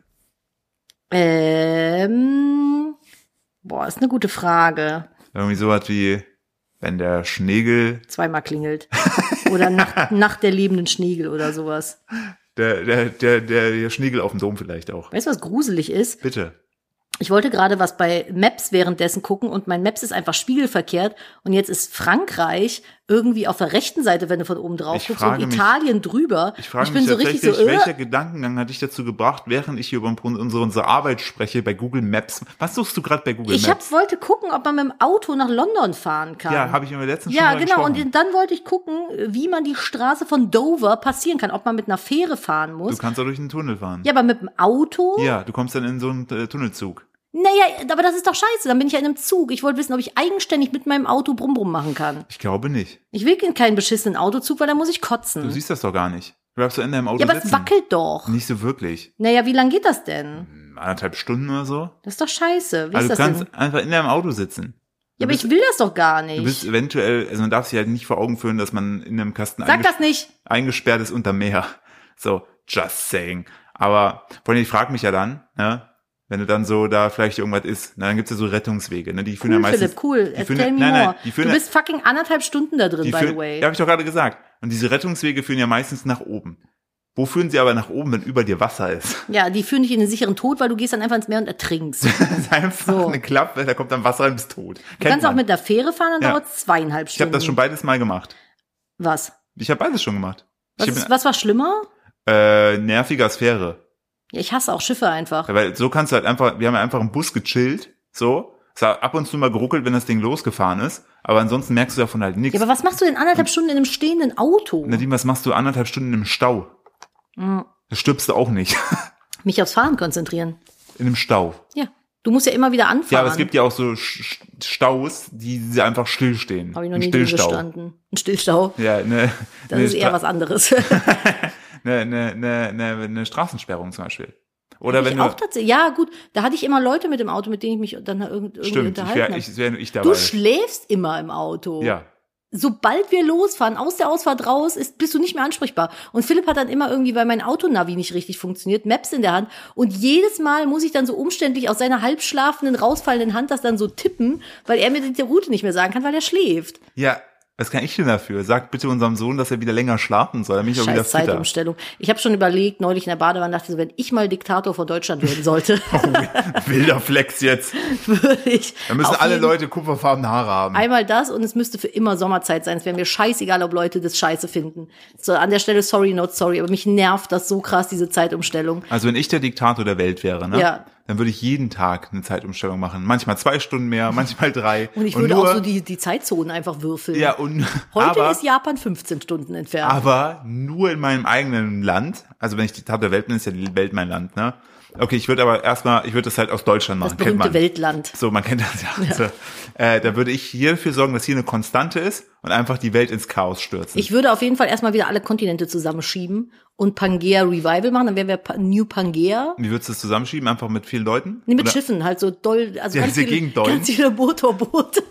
B: Ähm, boah, ist eine gute Frage.
C: Irgendwie sowas wie, wenn der Schnegel,
B: Zweimal klingelt. Oder Nacht, Nacht der lebenden Schneegel oder sowas.
C: der, der, der, der, der Schnegel auf dem Dom vielleicht auch.
B: Weißt du, was gruselig ist?
C: Bitte.
B: Ich wollte gerade was bei Maps währenddessen gucken und mein Maps ist einfach spiegelverkehrt und jetzt ist Frankreich irgendwie auf der rechten Seite, wenn du von oben drauf
C: Ich
B: guckst,
C: frage
B: und
C: mich-
B: Italien drüber.
C: Ich frage
B: bin
C: mich
B: so richtig
C: tatsächlich,
B: so,
C: welcher
B: äh,
C: Gedankengang hat dich dazu gebracht, während ich hier über unsere, unsere Arbeit spreche, bei Google Maps. Was suchst du gerade bei Google
B: ich
C: Maps?
B: hab, wollte gucken, ob man mit dem Auto nach London fahren kann.
C: ja, habe ich mir letztens
B: Ja,
C: schon mal
B: genau.
C: gesprochen.
B: Und dann wollte ich gucken, wie man die Straße von Dover passieren kann, ob man mit einer Fähre fahren
C: du
B: muss.
C: kannst doch durch den Tunnel fahren.
B: Ja, aber mit dem Auto?
C: Ja, du kommst dann in so einen äh, Tunnelzug.
B: Nee, Naja, aber das ist doch scheiße. Dann bin ich ja in einem Zug. Ich wollte wissen, ob ich eigenständig mit meinem Auto Brumm-Brumm machen kann.
C: Ich glaube nicht.
B: Ich will in keinen beschissenen Autozug, weil da muss ich kotzen.
C: Du siehst das doch gar nicht. Du bleibst so in deinem Auto
B: Mhm. ja, aber es
C: sitzen.
B: wackelt doch.
C: Nicht so wirklich.
B: Naja, wie lang geht das denn?
C: Anderthalb Stunden oder so.
B: Das ist doch scheiße. Wie
C: Also du
B: ist das
C: kannst
B: denn?
C: einfach in deinem Auto sitzen.
B: Ja, aber ich will das doch gar
C: Du bist
B: nicht.
C: eventuell, also man darf sich halt nicht vor Augen führen, dass man in einem Kasten
B: Sag
C: eingesch-
B: das nicht.
C: eingesperrt ist unter Meer. So, just saying. Aber vor allem, ich frage mich ja dann, ne, wenn du dann so da vielleicht irgendwas ist, ne, dann gibt's ja so Rettungswege, ne, die führen ja
B: Cool,
C: meistens.
B: Philipp, cool.
C: die
B: Erzähl
C: führen ja-
B: mir
C: nein, nein,
B: more.
C: die führen
B: du
C: ja-
B: bist fucking anderthalb Stunden da drin,
C: Die
B: by
C: führen,
B: the way.
C: Ja, habe ich doch gerade gesagt. Und diese Rettungswege führen ja meistens nach oben. Wo führen sie aber nach oben, wenn über dir Wasser ist?
B: Ja, die führen dich in den sicheren Tod, weil du gehst dann einfach ins Meer und ertrinkst. Du
C: Das ist einfach
B: So.
C: eine Klappe, da kommt dann Wasser rein, bist tot. Kennt
B: kannst auch
C: man.
B: mit der Fähre fahren, dann
C: Ja.
B: dauert zweieinhalb
C: ich habe
B: Stunden.
C: das schon beides mal gemacht.
B: Was?
C: Ich habe beides schon gemacht.
B: Was,
C: ich
B: ist,
C: bin,
B: was war schlimmer?
C: äh, nerviger Sphäre.
B: Ja, ich hasse auch Schiffe einfach.
C: Ja, Weil so kannst du halt einfach, wir haben ja einfach im Bus gechillt, so. Es hat ab und zu mal geruckelt, wenn das Ding losgefahren ist, aber ansonsten merkst du davon halt nichts.
B: Ja, aber was machst du denn
C: Hm.
B: anderthalb Stunden in einem stehenden Auto?
C: Nadine, was machst du anderthalb Stunden im Stau?
B: Hm,
C: Da stirbst du auch nicht.
B: Mich aufs Fahren konzentrieren.
C: In einem Stau.
B: Ja. Du musst ja immer wieder anfahren.
C: Ja, aber es gibt ja auch so Sch- Sch- Staus, die die einfach stillstehen.
B: Habe ich noch
C: Ein
B: nie drin gestanden. Ein Stillstau.
C: Ja, ne,
B: Das
C: ne,
B: ist eher
C: Stra-
B: was anderes.
C: Ne, ne, ne, ne, ne Straßensperrung zum Beispiel. Oder
B: ich
C: wenn du.
B: auch tatsächlich. Ja, gut. Da hatte ich immer Leute mit dem Auto, mit denen ich mich dann irgend- irgendwie
C: stimmt, ich
B: unterhalten
C: wäre
B: habe.
C: ich, wär nur ich dabei.
B: Du schläfst immer im Auto.
C: ja.
B: Sobald wir losfahren, aus der Ausfahrt raus, ist, bist du nicht mehr ansprechbar. Und Philipp hat dann immer irgendwie, weil mein Autonavi nicht richtig funktioniert, Maps in der Hand. Und jedes Mal muss ich dann so umständlich aus seiner halbschlafenden, rausfallenden Hand das dann so tippen, weil er mir die Route nicht mehr sagen kann, weil er schläft.
C: Ja, was kann ich denn dafür? Sag bitte unserem Sohn, dass er wieder länger schlafen soll, damit ich auch wieder
B: Scheiß
C: fitter.
B: Zeitumstellung. Ich habe schon überlegt, neulich in der Badewanne dachte ich so, wenn ich mal Diktator von Deutschland werden sollte,
C: Wilder Flex jetzt.
B: würde ich.
C: Da müssen
B: auf
C: alle
B: jeden
C: Leute kupferfarbene Haare haben.
B: Einmal das und es müsste für immer Sommerzeit sein. Es wäre mir scheißegal, ob Leute das scheiße finden. So, an der Stelle sorry, not sorry, aber mich nervt das so krass, diese Zeitumstellung.
C: Also wenn ich der Diktator der Welt wäre, ne,
B: Ja.
C: dann würde ich jeden Tag eine Zeitumstellung machen. Manchmal zwei Stunden mehr, manchmal drei.
B: Und ich würde auch so die, die Zeitzonen einfach würfeln.
C: ja, und
B: Heute
C: aber,
B: ist Japan 15 Stunden entfernt.
C: aber nur in meinem eigenen Land. Also wenn ich Diktator der Welt bin, ist ja die Welt mein Land, ne? Okay, ich würde aber erstmal, ich würde das halt aus Deutschland machen,
B: das
C: kennt
B: berühmte
C: man.
B: Weltland.
C: So, man kennt das ja. Also, äh, da würde ich hier dafür sorgen, dass hier eine Konstante ist und einfach die Welt ins Chaos stürzen.
B: Ich würde auf jeden Fall erstmal wieder alle Kontinente zusammenschieben und Pangea Revival machen, dann wären wir Pa- New Pangea.
C: Wie würdest du das zusammenschieben? Einfach mit vielen Leuten?
B: Nee, mit
C: Oder-
B: Schiffen, halt so doll, also
C: Ja,
B: ganz,
C: diese
B: viele,
C: Gegendollen.
B: ganz viele Motorboote.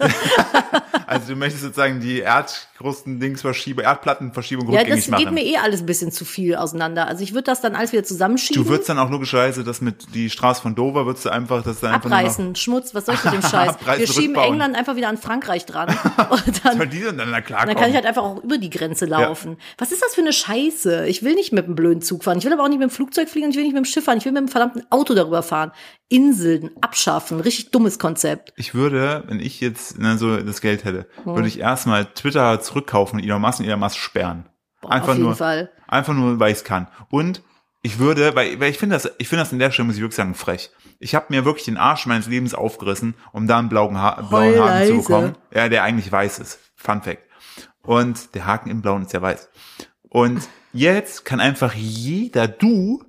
C: Also du möchtest sozusagen die Erdkrusten-Dingsverschiebung, Erdplattenverschiebung
B: Ja,
C: rückgängig
B: das geht
C: machen.
B: mir eh alles ein bisschen zu viel auseinander. Also ich würde das dann alles wieder zusammenschieben.
C: du würdest dann auch logischerweise das mit die Straße von Dover würdest du einfach das dann einfach
B: Abreißen, Schmutz, was soll ich mit dem Scheiß?
C: Abreißen,
B: Wir schieben
C: rückbauen.
B: England einfach wieder an Frankreich dran. Und dann,
C: Nur noch, Weil die sind dann da klar
B: dann kann ich halt einfach auch über die Grenze laufen. Was ist das für eine Scheiße? Ich will nicht mit dem blöden Zug fahren. Ich will aber auch nicht mit dem Flugzeug fliegen und ich will nicht mit dem Schiff fahren. Ich will mit dem verdammten Auto darüber fahren. Inseln abschaffen. Richtig dummes Konzept.
C: ich würde, wenn ich jetzt ne, so das Geld hätte,
B: Hm.
C: würde ich erstmal Twitter zurückkaufen und Elon Musk und Elon Musk sperren. einfach
B: auf jeden
C: nur,
B: Fall.
C: einfach nur, weil ich es kann. Und ich würde, weil, weil ich finde das, ich finde das in der Stelle muss ich wirklich sagen frech. Ich habe mir wirklich den Arsch meines Lebens aufgerissen, um da einen blauen, ha blauen Haken zu
B: leise.
C: bekommen, ja, der eigentlich weiß ist. Fun Fact. Und der Haken im Blauen ist ja weiß. Und jetzt kann einfach jeder, du,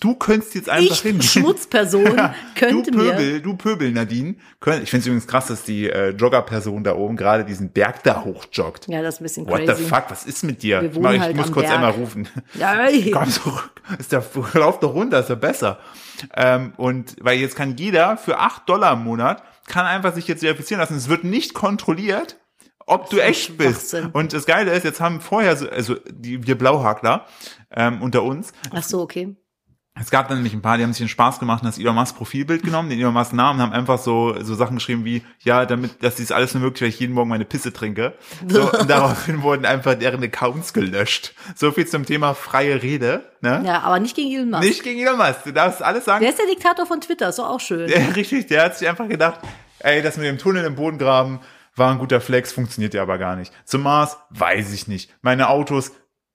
C: du könntest jetzt einfach
B: Ich,
C: hin.
B: Schmutzperson, könnte
C: du
B: mir.
C: Pöbel, du Pöbel, Nadine. Können, ich finde es übrigens krass, dass die äh, Jogger-Person da oben gerade diesen Berg da hochjoggt.
B: Ja, das ist ein bisschen
C: What
B: crazy.
C: the fuck, was ist mit dir?
B: Wir
C: Ich mach-
B: wohnen
C: ich
B: halt
C: muss
B: am
C: kurz
B: Berg.
C: einmal rufen.
B: Ja, ey.
C: Komm zurück. Ist der, lauf doch runter, ist ja besser. Ähm, und weil jetzt kann jeder für 8 Dollar im Monat, kann einfach sich jetzt verifizieren lassen. Es wird nicht kontrolliert, ob du
B: ist ein
C: echt bist.
B: Schwachsinn.
C: Und das Geile ist, jetzt haben vorher, so, also die, wir Blauhakler ähm, unter uns,
B: Ach so, okay.
C: es gab dann nämlich ein paar, die haben sich den Spaß gemacht und das Elon Musk Profilbild genommen, den Elon Musk Namen, haben einfach so, so Sachen geschrieben wie, ja, damit, dass dies alles nur möglich, weil ich jeden Morgen meine Pisse trinke. So, und daraufhin wurden einfach deren Accounts gelöscht. So viel zum Thema freie Rede, ne?
B: Ja, aber nicht gegen Elon Musk.
C: Nicht gegen Elon Musk, du darfst alles sagen.
B: Wer ist der Diktator von Twitter? Ist doch auch schön.
C: Der, richtig, der hat sich einfach gedacht, ey, das mit dem Tunnel im Bodengraben war ein guter Flex, funktioniert ja aber gar nicht. Zum Mars, weiß ich nicht. Meine Autos,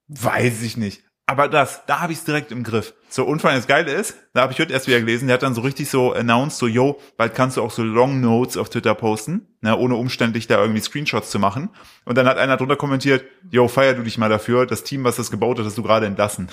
C: weiß ich nicht. Aber das, da habe ich es direkt im Griff. So, und vor allem das Geile ist, da habe ich heute erst wieder gelesen, der hat dann so richtig so announced, so, yo, bald kannst du auch so Long Notes auf Twitter posten, ne, ohne umständlich da irgendwie Screenshots zu machen. Und dann hat einer drunter kommentiert, yo, feier du dich mal dafür, das Team, was das gebaut hat, hast du gerade entlassen.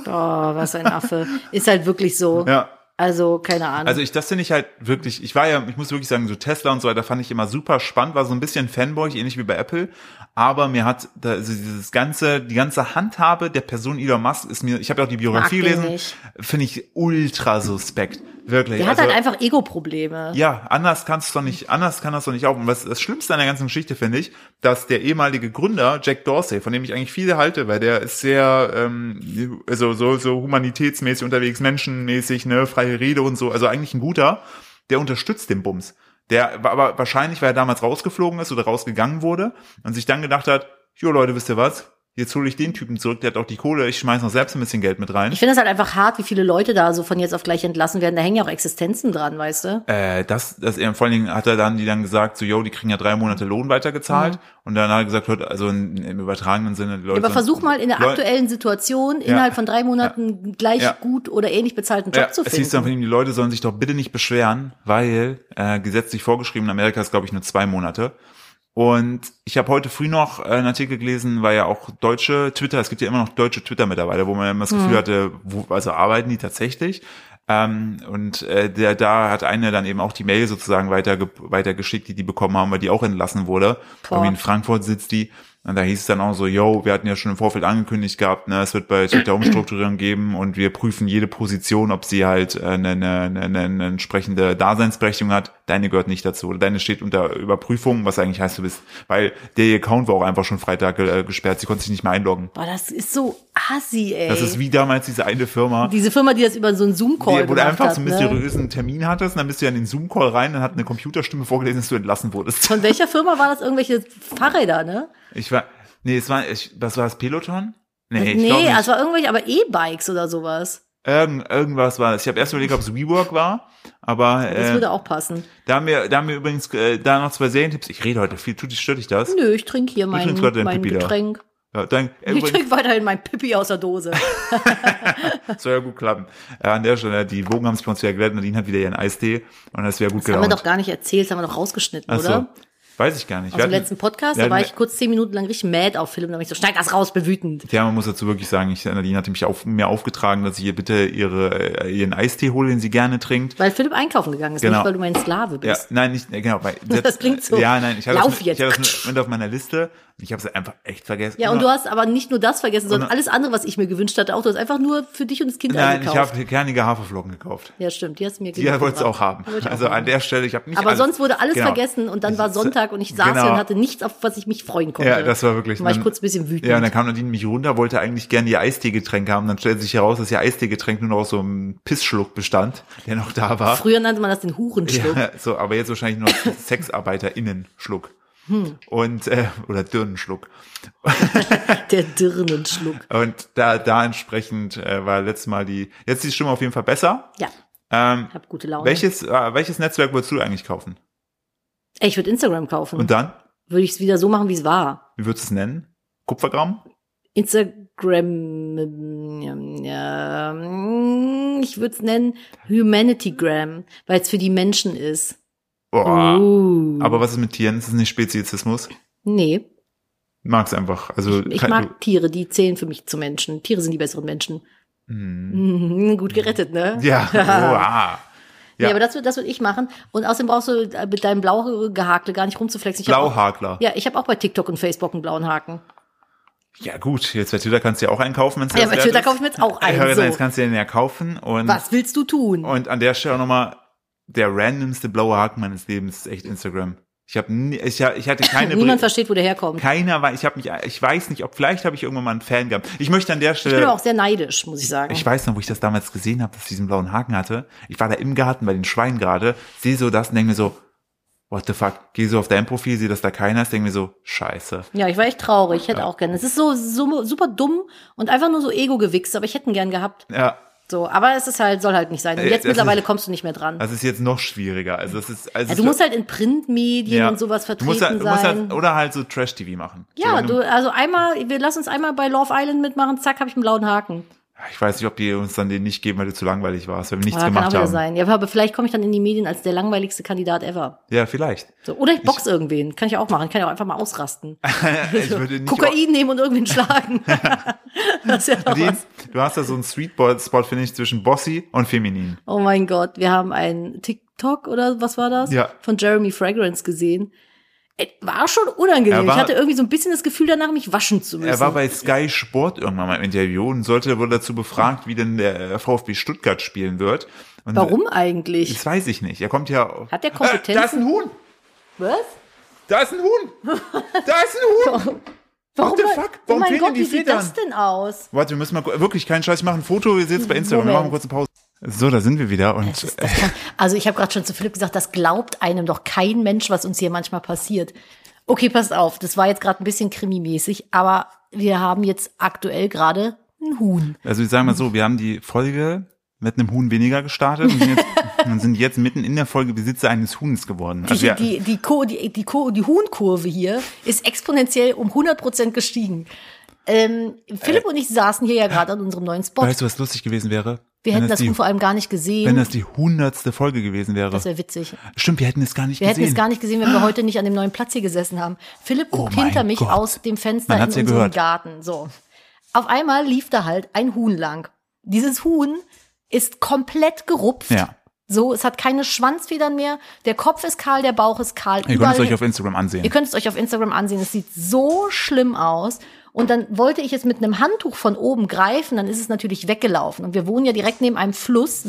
B: Oh, was ein Affe. Ist halt wirklich so.
C: Ja.
B: Also, keine Ahnung.
C: Also ich, das finde ich halt wirklich, ich war ja, ich muss wirklich sagen, so Tesla und so weiter fand ich immer super spannend, war so ein bisschen Fanboy, ähnlich wie bei Apple. Aber mir hat da, also dieses ganze, die ganze Handhabe der Person Elon Musk ist mir, ich habe ja auch die Biografie
B: Mag den
C: gelesen,
B: nicht.
C: finde ich ultra suspekt. Wirklich.
B: der hat
C: also,
B: halt einfach Ego-Probleme.
C: ja, anders kannst du doch nicht, anders kann das doch nicht auch. Und was das Schlimmste an der ganzen Geschichte finde ich, dass der ehemalige Gründer Jack Dorsey, von dem ich eigentlich viele halte, weil der ist sehr, ähm, also so, so humanitätsmäßig unterwegs, menschenmäßig, ne, freie Rede und so, also eigentlich ein guter, der unterstützt den Bums. Der war aber wahrscheinlich, weil er damals rausgeflogen ist oder rausgegangen wurde und sich dann gedacht hat, jo Leute, wisst ihr was? Jetzt hole ich den Typen zurück, der hat auch die Kohle, ich schmeiß noch selbst ein bisschen Geld mit rein.
B: Ich finde das halt einfach hart, wie viele Leute da so von jetzt auf gleich entlassen werden. Da hängen ja auch Existenzen dran, weißt du?
C: Äh, das, das, er- vor allen Dingen hat er dann die dann gesagt, so, yo, die kriegen ja drei Monate Lohn weitergezahlt. Und dann hat er gesagt, Leute, also in, im übertragenen Sinne, die Leute.
B: Mhm. Aber versuch mal in der
C: Leu-
B: aktuellen Situation innerhalb von drei Monaten gleich
C: Ja.
B: gut oder ähnlich bezahlten Job
C: ja,
B: zu
C: es hieß dann
B: finden.
C: von ihm, die Leute sollen sich doch bitte nicht beschweren, weil äh, gesetzlich vorgeschrieben in Amerika ist, glaube ich, nur zwei Monate. Und ich habe heute früh noch äh, einen Artikel gelesen, weil ja auch deutsche Twitter, es gibt ja immer noch deutsche Twitter mittlerweile, wo man immer das
B: Hm.
C: Gefühl hatte, wo, also arbeiten die tatsächlich. Ähm, und äh, der, da hat einer dann eben auch die Mail sozusagen weiter weitergeschickt, die die bekommen haben, weil die auch entlassen wurde.
B: Boah.
C: Irgendwie in Frankfurt sitzt die. Und da hieß es dann auch so, yo, wir hatten ja schon im Vorfeld angekündigt gehabt, ne, es wird bei Twitter Umstrukturierung geben und wir prüfen jede Position, ob sie halt äh, eine, eine, eine, eine entsprechende Daseinsberechtigung hat. Deine gehört nicht dazu. Oder deine steht unter Überprüfung, was eigentlich heißt, du bist, weil der Account war auch einfach schon Freitag äh, gesperrt, sie konnte sich nicht mehr einloggen.
B: Boah, das ist so assi, ey.
C: Das ist wie damals diese eine Firma,
B: Diese Firma, die das über so einen Zoom-Call
C: die, wo du
B: gemacht
C: einfach
B: hat.
C: so einen
B: Ne?
C: mysteriösen Termin hattest, und dann bist du ja in den Zoom-Call rein, dann hat eine Computerstimme vorgelesen, dass du entlassen wurdest.
B: Von welcher Firma war das? Irgendwelche Fahrräder, ne?
C: Ich war, nee, es war, ich, was war das, Peloton? Nee, ich
B: nee,
C: glaub nicht.
B: also irgendwelche, aber E-Bikes oder sowas.
C: Irgend, irgendwas war das. Ich habe erst überlegt, ob es WeWork war, aber
B: Das
C: äh,
B: würde auch passen.
C: da, haben wir, da haben wir übrigens äh, da noch zwei Serientipps. Ich rede heute viel, tut dich, stört dich das?
B: Nö, ich trinke hier mein,
C: trinkst gerade dein
B: mein
C: Pipi da.
B: Getränk.
C: Ja, dann, äh,
B: Ich
C: übrigens,
B: trinke weiterhin mein Pippi aus der Dose.
C: soll ja gut klappen. Äh, an der Stelle, die Wogen haben sich bei uns wieder gelernt, Nadine hat wieder ihren Eistee und das wäre gut
B: Das haben wir
C: gelaunt.
B: doch gar nicht erzählt, das haben wir doch rausgeschnitten,
C: Genau. Ach so.
B: oder?
C: Weiß ich gar nicht.
B: Aus
C: Wir
B: dem
C: hatten-
B: letzten Podcast,
C: wir
B: da war
C: hatten-
B: ich kurz zehn Minuten lang richtig mad auf Philipp, da bin ich so, schneid das raus, bin wütend.
C: Ja, man muss dazu wirklich sagen, ich, Nadine hatte mich auf, mir aufgetragen, dass ich ihr bitte ihre, äh, ihren Eistee hole, den sie gerne trinkt.
B: Weil Philipp einkaufen gegangen ist,
C: Genau.
B: nicht weil du mein Sklave
C: Ja,
B: bist.
C: nein, nicht, äh, genau. Weil,
B: Das klingt so.
C: Ja, nein, ich hatte
B: Lauf
C: das,
B: jetzt.
C: Ich hatte das mit auf meiner Liste und ich habe es einfach echt vergessen.
B: Ja, und du hast aber nicht nur das vergessen, sondern
C: Genau. Und-
B: alles andere, was ich mir gewünscht hatte, auch du hast einfach nur für dich und das Kind
C: Nein, ich
B: eingekauft.
C: habe kernige Haferflocken gekauft.
B: ja, stimmt, die hast du mir
C: Die wollte es auch haben.
B: Wollte ich auch
C: Also an
B: haben.
C: der Stelle, ich habe nicht
B: Aber
C: alles,
B: sonst wurde alles
C: Genau.
B: vergessen und dann war
C: Ich-
B: Sonntag und ich saß
C: genau.
B: hier und hatte nichts, auf was ich mich freuen konnte.
C: Ja, das war wirklich.
B: Dann war ich
C: dann-
B: kurz ein bisschen wütend.
C: Ja, und dann kam Nadine mich runter, wollte eigentlich gerne ihr Eisteegetränk haben. Dann stellte sich heraus, dass ihr Eisteegetränk nur noch aus so einem Pissschluck bestand, der noch da war.
B: Früher nannte man das den Hurenschluck.
C: Ja, so, aber jetzt wahrscheinlich nur noch SexarbeiterInnen-Schluck.
B: Hm.
C: Und, äh, oder Dirnenschluck.
B: Der Dirnenschluck.
C: Und da, da entsprechend äh, war letztes Mal die, jetzt ist die Stimme auf jeden Fall besser.
B: Ja,
C: Ähm,
B: hab gute Laune.
C: welches, äh, welches Netzwerk würdest du eigentlich kaufen?
B: Ey, ich würde Instagram kaufen.
C: Und dann?
B: würde ich es wieder so machen, wie es war.
C: Wie würdest du es nennen? Kupfergramm?
B: Instagram, ähm, ähm, ich würde es nennen Humanitygram, weil es für die Menschen ist.
C: Boah.
B: Uh.
C: Aber was ist mit Tieren? Ist es nicht Speziesismus?
B: nee,
C: Mag's einfach. Also
B: ich
C: kein-
B: mag Tiere, die zählen für mich zu Menschen. Tiere sind die besseren Menschen.
C: Hm.
B: Mhm, gut gerettet, ne?
C: Ja. Boah.
B: Ja,
C: Ja.
B: aber das würde das würd ich machen. Und außerdem brauchst du äh, mit deinem blauen Gehakel gar nicht rumzuflexen. Ich hab auch-
C: Blauhakler.
B: Ja, ich habe auch bei TikTok und Facebook einen blauen Haken.
C: Ja gut, jetzt bei Twitter kannst du ja auch einkaufen, wenn es
B: Ja, bei Twitter kaufe ich mir jetzt auch einen.
C: Jetzt, jetzt Oh,
B: So.
C: kannst du den ja kaufen und
B: Was willst du tun?
C: und an der Stelle nochmal der randomste blaue Haken meines Lebens ist echt Instagram. Ich habe ich, ha- ich hatte keine
B: Niemand
C: Bri-
B: versteht, wo der herkommt.
C: keiner war ich habe mich ich weiß nicht, ob vielleicht habe ich irgendwann mal einen Fan gehabt. Ich möchte an der
B: Ich bin
C: Stelle
B: aber auch sehr neidisch, muss ich sagen.
C: Ich weiß noch, wo ich das damals gesehen habe, dass ich diesen blauen Haken hatte. Ich war da im Garten bei den Schweinen gerade, sehe so das und denke mir so, what the fuck? Gehe so auf dein Profil, sehe, dass da keiner ist, denke mir so, scheiße.
B: Ja, ich war echt traurig. Ich hätte auch gerne. Es ist so, so super dumm und einfach nur so Ego-Gewichst, aber ich hätte ihn gern gehabt.
C: Ja,
B: So, aber es ist halt, soll halt nicht sein. Und
C: Äh,
B: jetzt
C: das
B: mittlerweile kommst du nicht mehr dran.
C: das ist jetzt noch schwieriger. Also das ist, also
B: ja, du musst halt in Printmedien und sowas
C: Du
B: vertreten
C: musst halt, du musst
B: sein.
C: halt, oder halt so Trash-TV machen.
B: ja,
C: so, wenn
B: du, also einmal, wir lassen uns einmal bei Love Island mitmachen, zack, habe ich einen blauen Haken.
C: Ich weiß nicht, ob die uns dann den nicht geben, weil du zu langweilig warst, wenn wir nichts
B: Ja, kann auch
C: gemacht
B: wieder
C: haben.
B: sein. Ja, aber vielleicht komme ich dann in die Medien als der langweiligste Kandidat ever.
C: Ja, vielleicht.
B: So, oder ich box irgendwen. Kann ich auch machen. Kann ich auch einfach mal ausrasten.
C: Ich würde Äh, nicht
B: Kokain nehmen und irgendwen schlagen. das ist ja doch
C: Den,
B: was.
C: du hast da so einen Sweet-Spot, finde ich, zwischen Bossy und Feminin.
B: Oh mein Gott, wir haben einen TikTok oder was war das?
C: Ja.
B: Von Jeremy Fragrance gesehen. Es war schon unangenehm.
C: Er war-
B: ich hatte irgendwie so ein bisschen das Gefühl danach, mich waschen zu müssen.
C: Er war bei Sky Sport irgendwann mal im Interview und sollte wurde dazu befragt, wie denn der äh, VfB Stuttgart spielen wird. Und
B: Warum eigentlich?
C: Das weiß ich nicht. Er kommt ja.
B: Hat
C: Äh, da
B: der
C: ist
B: Kompetenzen?
C: ein Huhn!
B: Was?
C: Da ist ein Huhn! Da ist ein Huhn!
B: Warum?
C: the fuck?
B: oh
C: Warum
B: mein
C: fehlen
B: Gott,
C: die
B: wie sieht
C: Federn?
B: das denn aus?
C: Warte, wir müssen mal gu- wirklich keinen Scheiß. Ich mache ein Foto. Wir sehen es bei Instagram. Wir
B: Moment.
C: machen eine kurze Pause. So, da sind wir wieder und
B: Das ist, das kann, also ich habe gerade schon zu Philipp gesagt, das glaubt einem doch kein Mensch, was uns hier manchmal passiert. Okay, passt auf, das war jetzt gerade ein bisschen krimimäßig, aber wir haben jetzt aktuell gerade ein Huhn.
C: Also ich sage mal so, wir haben die Folge mit einem Huhn weniger gestartet und sind jetzt, und sind jetzt mitten in der Folge Besitzer eines Huhns geworden.
B: Die,
C: Also wir,
B: die, die, Ko, die, die, Ko, die Huhnkurve hier ist exponentiell um 100% gestiegen. Ähm, Philipp und ich saßen hier ja gerade an unserem neuen Spot.
C: Äh, weißt du, was lustig gewesen wäre? Wenn
B: wir hätten das
C: die,
B: Huhn vor allem gar nicht
C: Wenn
B: gesehen.
C: das die hundertste Folge gewesen wäre.
B: Das wäre witzig.
C: Stimmt, wir hätten es gar nicht
B: Wir hätten
C: gesehen.
B: es gar nicht gesehen, wenn wir heute nicht an dem neuen Platz hier gesessen haben. Philipp guckt
C: Ah. Oh mein
B: hinter mich
C: Gott.
B: aus dem Fenster
C: Man
B: in
C: hat's ja
B: unseren
C: gehört.
B: Garten. So. Auf einmal lief da halt ein Huhn lang. Dieses Huhn ist komplett gerupft.
C: Ja.
B: So, es hat keine Schwanzfedern mehr. Der Kopf ist kahl, der Bauch ist kahl.
C: Ihr könnt es
B: überall-
C: euch auf Instagram
B: Ihr
C: ansehen.
B: könnt es euch auf Instagram ansehen. Es sieht so schlimm aus. Und dann wollte ich es mit einem Handtuch von oben greifen, dann ist es natürlich weggelaufen. Und wir wohnen ja direkt neben einem Fluss.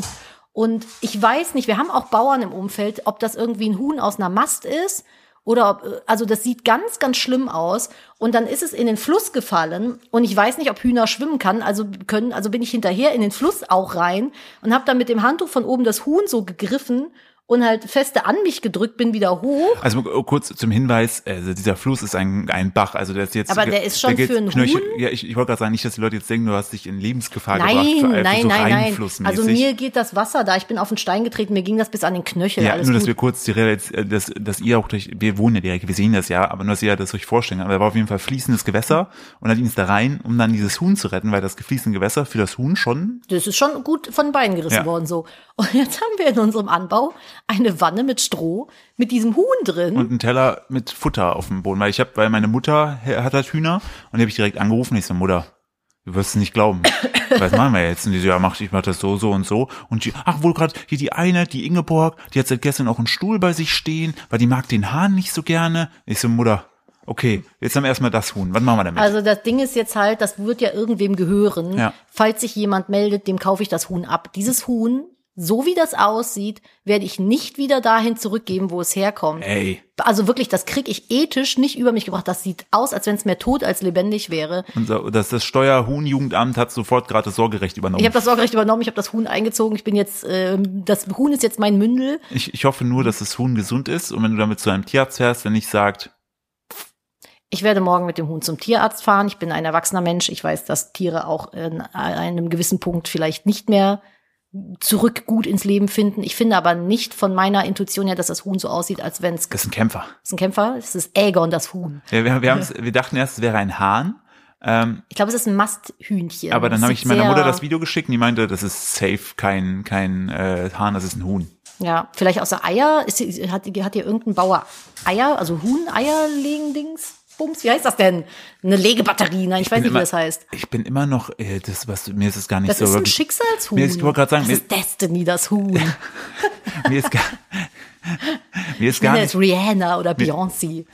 B: Und ich weiß nicht, wir haben auch Bauern im Umfeld, ob das irgendwie ein Huhn aus einer Mast ist oder ob, also das sieht ganz, ganz schlimm aus. Und dann ist es in den Fluss gefallen und ich weiß nicht, ob Hühner schwimmen kann, also können, also bin ich hinterher in den Fluss auch rein und habe dann mit dem Handtuch von oben das Huhn so gegriffen und halt feste an mich gedrückt, bin wieder hoch.
C: Also oh, kurz zum Hinweis, also dieser Fluss ist ein, ein Bach, also der ist jetzt...
B: Aber der ist schon
C: geht
B: für einen
C: knöchel-
B: Huhn?
C: Ja, ich, ich wollte gerade sagen, nicht, dass die Leute jetzt denken, du hast dich in Lebensgefahr
B: Nein,
C: gebracht. äh,
B: nein,
C: so
B: nein, nein.
C: reinflussmäßig.
B: Also mir geht das Wasser da. Ich bin auf den Stein getreten, mir ging das bis an den Knöchel.
C: Ja,
B: Alles
C: nur, dass
B: gut.
C: wir kurz die Realität, äh, dass, dass ihr auch durch, wir wohnen ja direkt, wir sehen das ja, aber nur, dass ihr das euch vorstellen könnt. Aber da war auf jeden Fall fließendes Gewässer und dann ging es da rein, um dann dieses Huhn zu retten, weil das gefließende Gewässer für das Huhn schon,
B: das ist schon gut von den Beinen gerissen
C: Ja.
B: worden so. Und jetzt haben wir in unserem Anbau eine Wanne mit Stroh mit diesem Huhn drin.
C: und ein Teller mit Futter auf dem Boden, weil ich habe, weil meine Mutter h- hat halt Hühner und die habe ich direkt angerufen, ich so, Mutter, du wirst es nicht glauben. Was machen wir jetzt? Und die so, ja, mach, ich mach das so, so und so. Und die, ach, wohl gerade hier die eine, die Ingeborg, die hat seit gestern auch einen Stuhl bei sich stehen, weil die mag den Hahn nicht so gerne. Ich so, Mutter, okay, jetzt haben wir erstmal das Huhn. Was machen wir damit?
B: also das Ding ist jetzt halt, das wird ja irgendwem gehören.
C: Ja.
B: Falls sich jemand meldet, dem kaufe ich das Huhn ab. Dieses Huhn, so wie das aussieht, werde ich nicht wieder dahin zurückgeben, wo es herkommt.
C: Ey.
B: Also wirklich, das kriege ich ethisch nicht über mich gebracht. Das sieht aus, als wenn es mehr tot als lebendig wäre.
C: Unser, das, das Steuerhuhn-Jugendamt hat sofort gerade das Sorgerecht übernommen.
B: Ich habe das Sorgerecht übernommen, ich habe das Huhn eingezogen, ich bin jetzt, ähm, das Huhn ist jetzt mein Mündel.
C: ich, ich hoffe nur, dass das Huhn gesund ist und wenn du damit zu einem Tierarzt fährst, wenn nicht sagt,
B: Ich werde morgen mit dem Huhn zum Tierarzt fahren. Ich bin ein erwachsener Mensch. Ich weiß, dass Tiere auch in einem gewissen Punkt vielleicht nicht mehr zurück gut ins Leben finden. Ich finde aber nicht von meiner Intuition her, dass das Huhn so aussieht, als wenn es
C: das ist ein Kämpfer.
B: ist ein Kämpfer, es ist Äger und das Huhn.
C: Ja, wir, wir, haben's- wir dachten erst, es wäre ein Hahn,
B: Ich glaube, es ist ein Masthühnchen.
C: aber dann
B: Es
C: habe
B: sieht
C: ich meiner
B: sehr-
C: Mutter das Video geschickt und die meinte, das ist safe kein, kein äh, Hahn, das ist ein Huhn.
B: Ja, vielleicht außer Eier. Ist, die- hat, hat hier irgendein Bauer Eier, also Huhn-Eier legen Dings? Bums, wie heißt das denn? Eine Legebatterie, nein, ich, weiß
C: bin
B: nicht,
C: immer,
B: wie das heißt.
C: Ich bin immer noch, äh, das, was, mir ist es gar nicht
B: Das
C: so
B: ist ein
C: wirklich-
B: Schicksalshuhn.
C: Mir ist- ich wollte gerade sagen,
B: das
C: mir-
B: ist Destiny, das Huhn.
C: mir ist gar, mir ist gar
B: Nenn
C: nicht,
B: es Rihanna oder Beyoncé.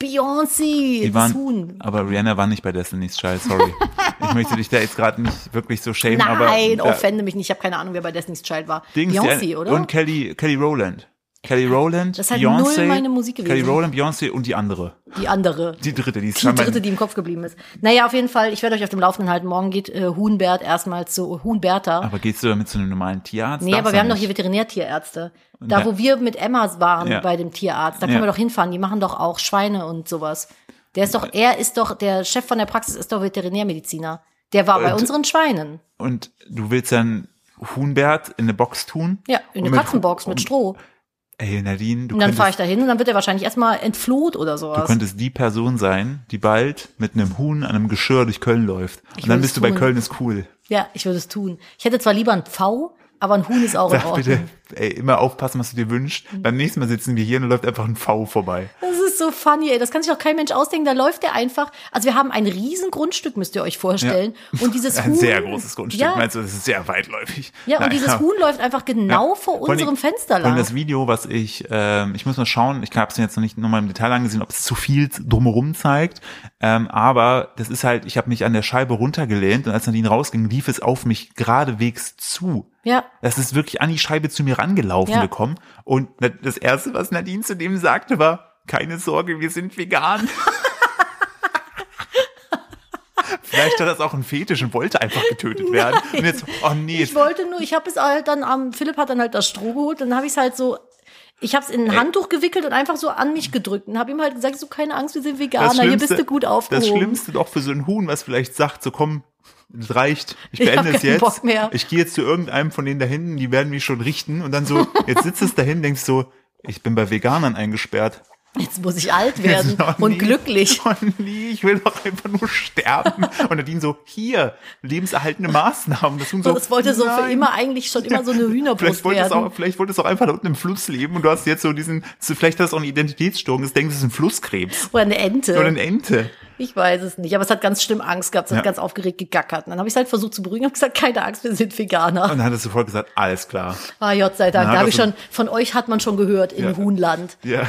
B: Beyoncé,
C: Die
B: das
C: waren,
B: Huhn.
C: aber Rihanna war nicht bei Destiny's Child, sorry. ich möchte dich da jetzt gerade nicht wirklich so schämen, aber.
B: Nein,
C: da-
B: offende mich nicht. Ich habe keine Ahnung, wer bei Destiny's Child war.
C: Dings, die
B: Beyoncé,
C: eine-
B: oder?
C: Und Kelly, Kelly Rowland. Kelly Rowland,
B: Das ist halt
C: Beyoncé,
B: null meine Musik
C: Kelly
B: gewesen.
C: Rowland, Beyoncé und die andere.
B: die andere.
C: Die dritte, die ist
B: Die
C: scheinbar-
B: dritte, die im Kopf geblieben ist. Naja, auf jeden Fall, ich werde euch auf dem Laufenden halten. Morgen geht äh, Huhnbert erstmal zu Huhnberta.
C: Aber gehst du damit zu einem normalen Tierarzt?
B: Nee,
C: Darfst
B: aber
C: du
B: wir haben doch
C: nicht.
B: hier Veterinärtierärzte. Da,
C: da-
B: wo wir mit Emma waren
C: Ja.
B: bei dem Tierarzt, da können
C: Ja.
B: wir doch hinfahren. Die machen doch auch Schweine und sowas. Der ist doch, er ist doch, der Chef von der Praxis ist doch Veterinärmediziner. Der war bei
C: Und-
B: unseren Schweinen.
C: Und du willst dann Huhnbert in eine Box tun?
B: Ja, in
C: Und
B: eine Katzenbox mit
C: und-
B: Stroh.
C: Ey, Nadine, du
B: Und dann fahre ich
C: könntest,
B: da hin und dann wird er wahrscheinlich erstmal entfloht oder
C: du
B: sowas.
C: könntest die Person sein, die bald mit einem Huhn an einem Geschirr durch Köln läuft. Und dann
B: will
C: bist
B: es
C: du bei
B: tun.
C: Köln ist cool.
B: Ja, ich würde es tun. Ich hätte zwar lieber ein V, aber ein Huhn ist auch Mhm. in
C: Sag
B: Ordnung.
C: bitte, ey, immer aufpassen, was du dir wünschst. Beim nächsten Mal sitzen wir hier und da läuft einfach ein V vorbei.
B: Das ist so funny, ey. Das kann sich auch kein Mensch ausdenken. Da läuft der einfach. Also wir haben ein riesen Grundstück, müsst ihr euch vorstellen. Und dieses
C: Ein
B: Huhn.
C: sehr großes Grundstück.
B: Ja,
C: Meinst du, das ist sehr weitläufig.
B: ja
C: Nein,
B: und dieses
C: aber-
B: Huhn läuft einfach genau vor
C: Vor allem-
B: unserem Fenster
C: vor allem
B: lang.
C: das Video, was ich, ähm, ich muss mal schauen, ich habe es mir jetzt noch nicht nochmal im Detail angesehen, ob es zu viel drumherum zeigt. Ähm, aber das ist halt, ich habe mich an der Scheibe runtergelehnt und als Nadine rausging, lief es auf mich geradewegs zu.
B: Ja.
C: Das ist wirklich an die Scheibe zu mir rangelaufen
B: Ja.
C: gekommen. Und na- das Erste, was Nadine zu dem sagte, war, keine Sorge, wir sind vegan. Vielleicht hat das auch einen Fetisch und wollte einfach getötet werden. Und jetzt, oh nee,
B: Ich wollte nur, ich habe es halt dann am, Philipp hat dann halt das Stroh geholt, dann habe ich es halt so, ich habe es in ein Handtuch gewickelt und einfach so an mich gedrückt und habe ihm halt gesagt, so keine Angst, wir sind Veganer, hier bist
C: Schlimmste-
B: du gut aufgehoben.
C: Das Schlimmste doch für so ein Huhn, was vielleicht sagt, so komm, das reicht, ich
B: Ich hab
C: beende es
B: keinen
C: jetzt.
B: Bock mehr.
C: Ich gehe jetzt zu irgendeinem von denen da hinten, die werden mich schon richten. Und dann so, jetzt sitzt es dahin, denkst so, ich bin bei Veganern eingesperrt.
B: Jetzt muss ich alt werden
C: Noch nie.
B: und glücklich.
C: Oh nee, ich will doch einfach nur sterben. Und Nadine so, hier, lebenserhaltende Maßnahmen. Das Huhn so,
B: Und das wollte so für
C: Oh nein.
B: immer eigentlich schon immer so eine
C: Vielleicht
B: Hühnerbrust
C: wollte, es
B: werden.
C: auch, vielleicht wollte es auch einfach da unten im Fluss leben und du hast jetzt so diesen, so vielleicht hast du auch eine Identitätsstörung, das denkst, es ist ein Flusskrebs
B: Oder eine Ente.
C: oder eine Ente.
B: Ich weiß es nicht, aber es hat ganz schlimm Angst gehabt, es
C: Ja.
B: hat ganz aufgeregt gegackert. Und dann habe ich es halt versucht zu beruhigen, habe gesagt, keine Angst, wir sind Veganer.
C: Und dann hat es sofort gesagt, alles klar.
B: Ah, Gott sei Dank,
C: Na,
B: da habe
C: das
B: ich
C: ist-
B: schon, von euch hat man schon gehört, in
C: Ja.
B: Huhnland.
C: Ja.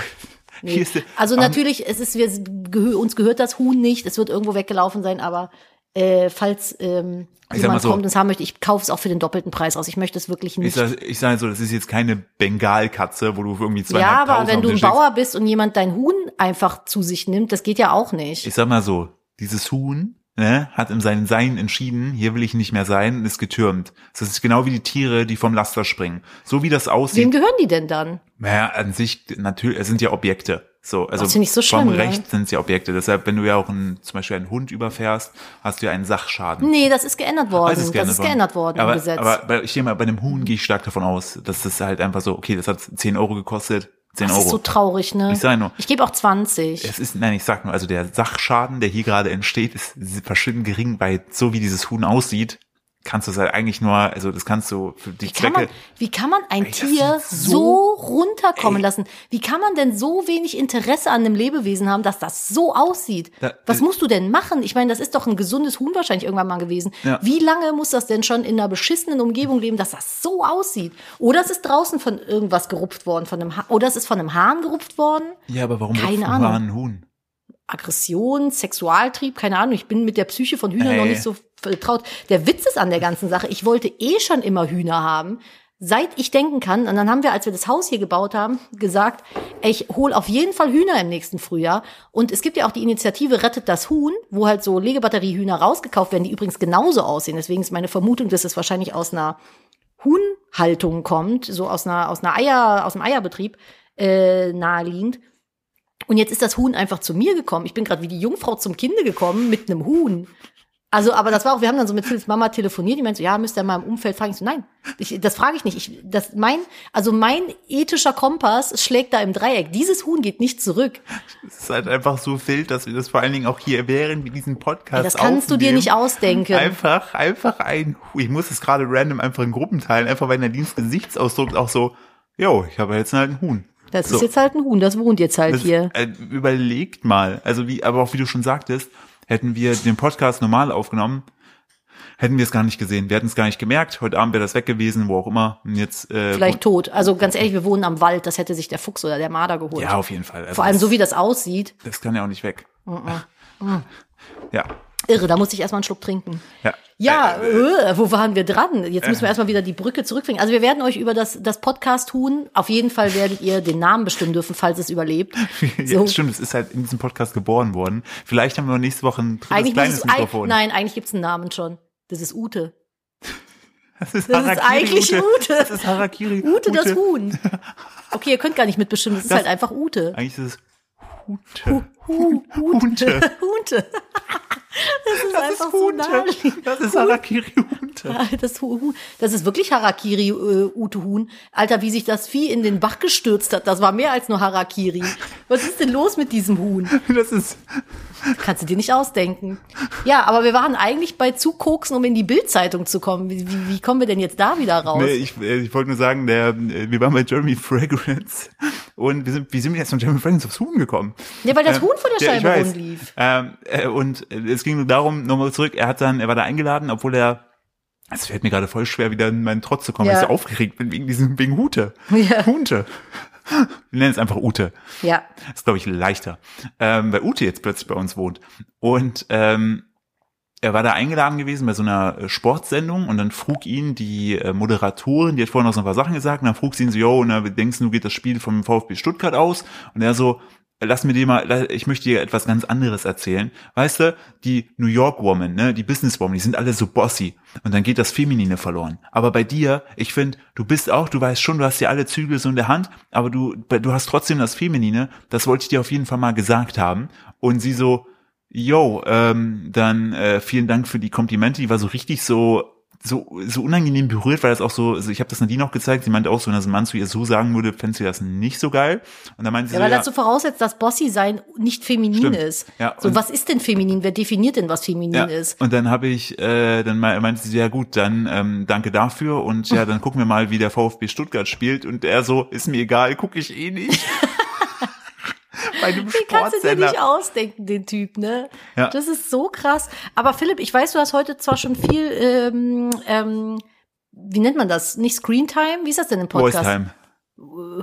B: Nee.
C: Hier ist der-
B: also
C: Ah,
B: natürlich, es ist, wir, gehö- uns gehört das Huhn nicht, es wird irgendwo weggelaufen sein, aber äh, falls ähm,
C: Ich sag mal
B: jemand
C: so.
B: kommt und es haben möchte, ich kaufe es auch für den doppelten Preis aus. Ich möchte es wirklich
C: Ich
B: nicht.
C: sage ich sag so, das ist jetzt keine Bengalkatze, wo du irgendwie zwei
B: ja, aber wenn du ein Bauer bist und jemand dein Huhn einfach zu sich nimmt, das geht ja auch nicht.
C: Ich sag mal so, dieses Huhn ne, hat in seinem Sein entschieden, hier will ich nicht mehr sein und ist getürmt. Das ist genau wie die Tiere, die vom Laster springen. So wie das
B: Wem
C: aussieht,
B: gehören die denn dann?
C: naja, an sich natürlich, es sind ja Objekte. So, also
B: Das finde ich so
C: vom
B: schlimm, ne?
C: Recht sind es ja Objekte. Deshalb, wenn du ja auch einen, zum Beispiel einen Hund überfährst, hast du ja einen Sachschaden.
B: Nee, das ist geändert worden.
C: Das ist geändert, worden.
B: worden
C: aber,
B: im Gesetz.
C: Aber bei, ich gehe mal bei einem Huhn gehe ich stark davon aus, dass das halt einfach so, okay, das hat 10 Euro gekostet, 10
B: das
C: Euro.
B: ist so traurig, ne?
C: Ich sag nur.
B: Ich gebe auch 20.
C: es ist, nein, ich sag nur, also der Sachschaden, der hier gerade entsteht, ist verschwindend gering, weil so wie dieses Huhn aussieht, kannst du es halt eigentlich nur, also das kannst du für die
B: Wie kann, man,
C: Zwecke.
B: wie kann man ein
C: Ey, das
B: Tier
C: sieht so-
B: so, runterkommen lassen? Wie kann man denn so wenig Interesse an einem Lebewesen haben, dass das so aussieht?
C: Da-
B: Was
C: äh,
B: musst du denn machen? Ich meine, das ist doch ein gesundes Huhn wahrscheinlich irgendwann mal gewesen.
C: Ja.
B: Wie lange muss das denn schon in einer beschissenen Umgebung leben, dass das so aussieht? Oder es ist draußen von irgendwas gerupft worden, von einem ha oder es ist von einem Hahn gerupft worden?
C: ja, aber warum
B: Keine
C: rupfen
B: Ahnung.
C: Hahn ein Huhn?
B: Aggression, Sexualtrieb, keine Ahnung, ich bin mit der Psyche von Hühnern
C: Ey.
B: noch nicht so vertraut. Der Witz ist an der ganzen Sache, ich wollte eh schon immer Hühner haben, seit ich denken kann. Und dann haben wir, als wir das Haus hier gebaut haben, gesagt, ey, ich hol auf jeden Fall Hühner im nächsten Frühjahr. Und es gibt ja auch die Initiative Rettet das Huhn, wo halt so Legebatteriehühner rausgekauft werden, die übrigens genauso aussehen. Deswegen ist meine Vermutung, dass es wahrscheinlich aus einer Huhnhaltung kommt, so aus einer, aus einer Eier, aus dem Eierbetrieb, äh, naheliegend. Und jetzt ist das Huhn einfach zu mir gekommen. Ich bin gerade wie die Jungfrau zum Kinde gekommen mit einem Huhn. Also, aber das war auch, wir haben dann so mit Philips Mama telefoniert, die meint so, ja, müsst ihr mal im Umfeld fragen. Ich so, nein, ich, das frage ich nicht. Ich, das, mein, also mein ethischer Kompass schlägt da im Dreieck. Dieses Huhn geht nicht zurück.
C: Es ist halt einfach so wild, dass wir das vor allen Dingen auch hier während wir diesen Podcast
B: Ey, das kannst du dir
C: aufnehmen.
B: nicht ausdenken.
C: Einfach, einfach ein, ich muss es gerade random einfach in Gruppen teilen, einfach weil Nadines Gesichtsausdruck auch so, yo, ich habe jetzt halt ein Huhn.
B: Das
C: so.
B: ist jetzt halt ein Huhn, das wohnt jetzt halt
C: Das-
B: hier.
C: Äh, überlegt mal. Also wie, aber auch wie du schon sagtest, hätten wir den Podcast normal aufgenommen, hätten wir es gar nicht gesehen. Wir hätten es gar nicht gemerkt. Heute Abend wäre das weg gewesen, wo auch immer. Und jetzt äh,
B: Vielleicht tot. Also ganz ehrlich, wir wohnen am Wald, das hätte sich der Fuchs oder der Marder geholt.
C: ja, auf jeden Fall. Also
B: Vor allem
C: das,
B: so wie Mm, das aussieht.
C: das kann ja auch nicht weg. Ja,
B: Irre, da musste ich erstmal einen Schluck trinken.
C: ja.
B: Ja, äh, wo waren wir dran? Jetzt müssen wir erstmal wieder die Brücke zurückfinden. Also wir werden euch über das, das Podcast tun. Auf jeden Fall werdet ihr den Namen bestimmen dürfen, falls es überlebt.
C: Ja,
B: So.
C: stimmt, es ist halt in diesem Podcast geboren worden. Vielleicht haben wir nächste Woche ein drittes
B: Eigentlich muss
C: kleines
B: es, eig
C: Mikrofon.
B: nein, eigentlich gibt's einen Namen schon. Das ist Ute.
C: das ist,
B: Das ist
C: Harakiri,
B: eigentlich Ute.
C: Das ist Harakiri.
B: Ute, das Huhn. Okay, ihr könnt gar nicht mitbestimmen, das ist
C: Das-
B: halt einfach Ute.
C: Eigentlich ist es Ute.
B: Hu, Hute.
C: Hunte.
B: Hunte. Das ist
C: Das
B: einfach
C: ist
B: so naheliegend.
C: Hunte. Das ist Harakiri Hunte.
B: Das, Hu- Hu- das ist wirklich Harakiri, äh, Ute Huhn. Alter, wie sich das Vieh in den Bach gestürzt hat, das war mehr als nur Harakiri. Was ist denn los mit diesem Huhn?
C: Das ist,
B: Kannst du dir nicht ausdenken. Ja, aber wir waren eigentlich bei Zukoksen, um in die Bildzeitung zu kommen. Wie, wie, wie kommen wir denn jetzt da wieder raus?
C: nee, ich, äh, ich wollte nur sagen, der, äh, wir waren bei Jeremy Fragrance und wir sind, wie sind wir jetzt von Jeremy Fragrance aufs Huhn gekommen?
B: Ja, weil das Huhn von der
C: ja, ich
B: Scheibe
C: weiß.
B: rumlief.
C: Ähm, äh, und äh, es ging nur darum, nochmal zurück, er hat dann, er war da eingeladen, obwohl er, es fällt mir gerade voll schwer, wieder in meinen Trotz zu kommen,
B: Ja.
C: weil ich so aufgeregt bin wegen diesem, wegen Hute.
B: Ja.
C: Hunte. Wir nennen es einfach Ute.
B: Ja,
C: Ist, glaube ich, leichter. Ähm, weil Ute jetzt plötzlich bei uns wohnt. Und ähm, er war da eingeladen gewesen bei so einer äh, Sportsendung und dann frug ihn die äh, Moderatorin, die hat vorhin noch so ein paar Sachen gesagt, und dann frug sie ihn so, yo, na, wie denkst du, geht das Spiel vom VfB Stuttgart aus? Und er so, lass mir dir mal, la- ich möchte dir etwas ganz anderes erzählen. Weißt du, die New York Woman, ne, die Business Woman, die sind alle so bossy. Und dann geht das Feminine verloren. Aber bei dir, ich finde, du bist auch, du weißt schon, du hast ja alle Zügel so in der Hand, aber du, du hast trotzdem das Feminine. Das wollte ich dir auf jeden Fall mal gesagt haben. Und sie so, Yo, ähm, dann äh, vielen Dank für die Komplimente. Die war so richtig so so so unangenehm berührt, weil das auch so. Also ich habe das Nadine auch gezeigt. Sie meinte auch so, wenn das ein Mann zu ihr so sagen würde, fände sie das nicht so geil. Und dann meinte
B: ja
C: sie,
B: weil
C: so,
B: dazu voraussetzt, dass Bossy-Sein nicht feminin
C: Stimmt.
B: ist.
C: Ja,
B: so,
C: und-
B: was ist denn feminin? Wer definiert denn, was feminin
C: ja,
B: ist?
C: Und dann habe ich, äh, dann me- meinte sie, ja gut, dann ähm, danke dafür und ja, dann gucken wir mal, wie der VfB Stuttgart spielt. Und er so, ist mir egal, gucke ich eh nicht. Bei einem
B: Den kannst du dir
C: Sportsender.
B: nicht ausdenken, den Typ, ne?
C: Ja.
B: Das ist so krass. Aber Philipp, ich weiß, du hast heute zwar schon viel, ähm, ähm, wie nennt man das? Nicht Screentime? Wie ist das denn im
C: Voice
B: Podcast?
C: Time,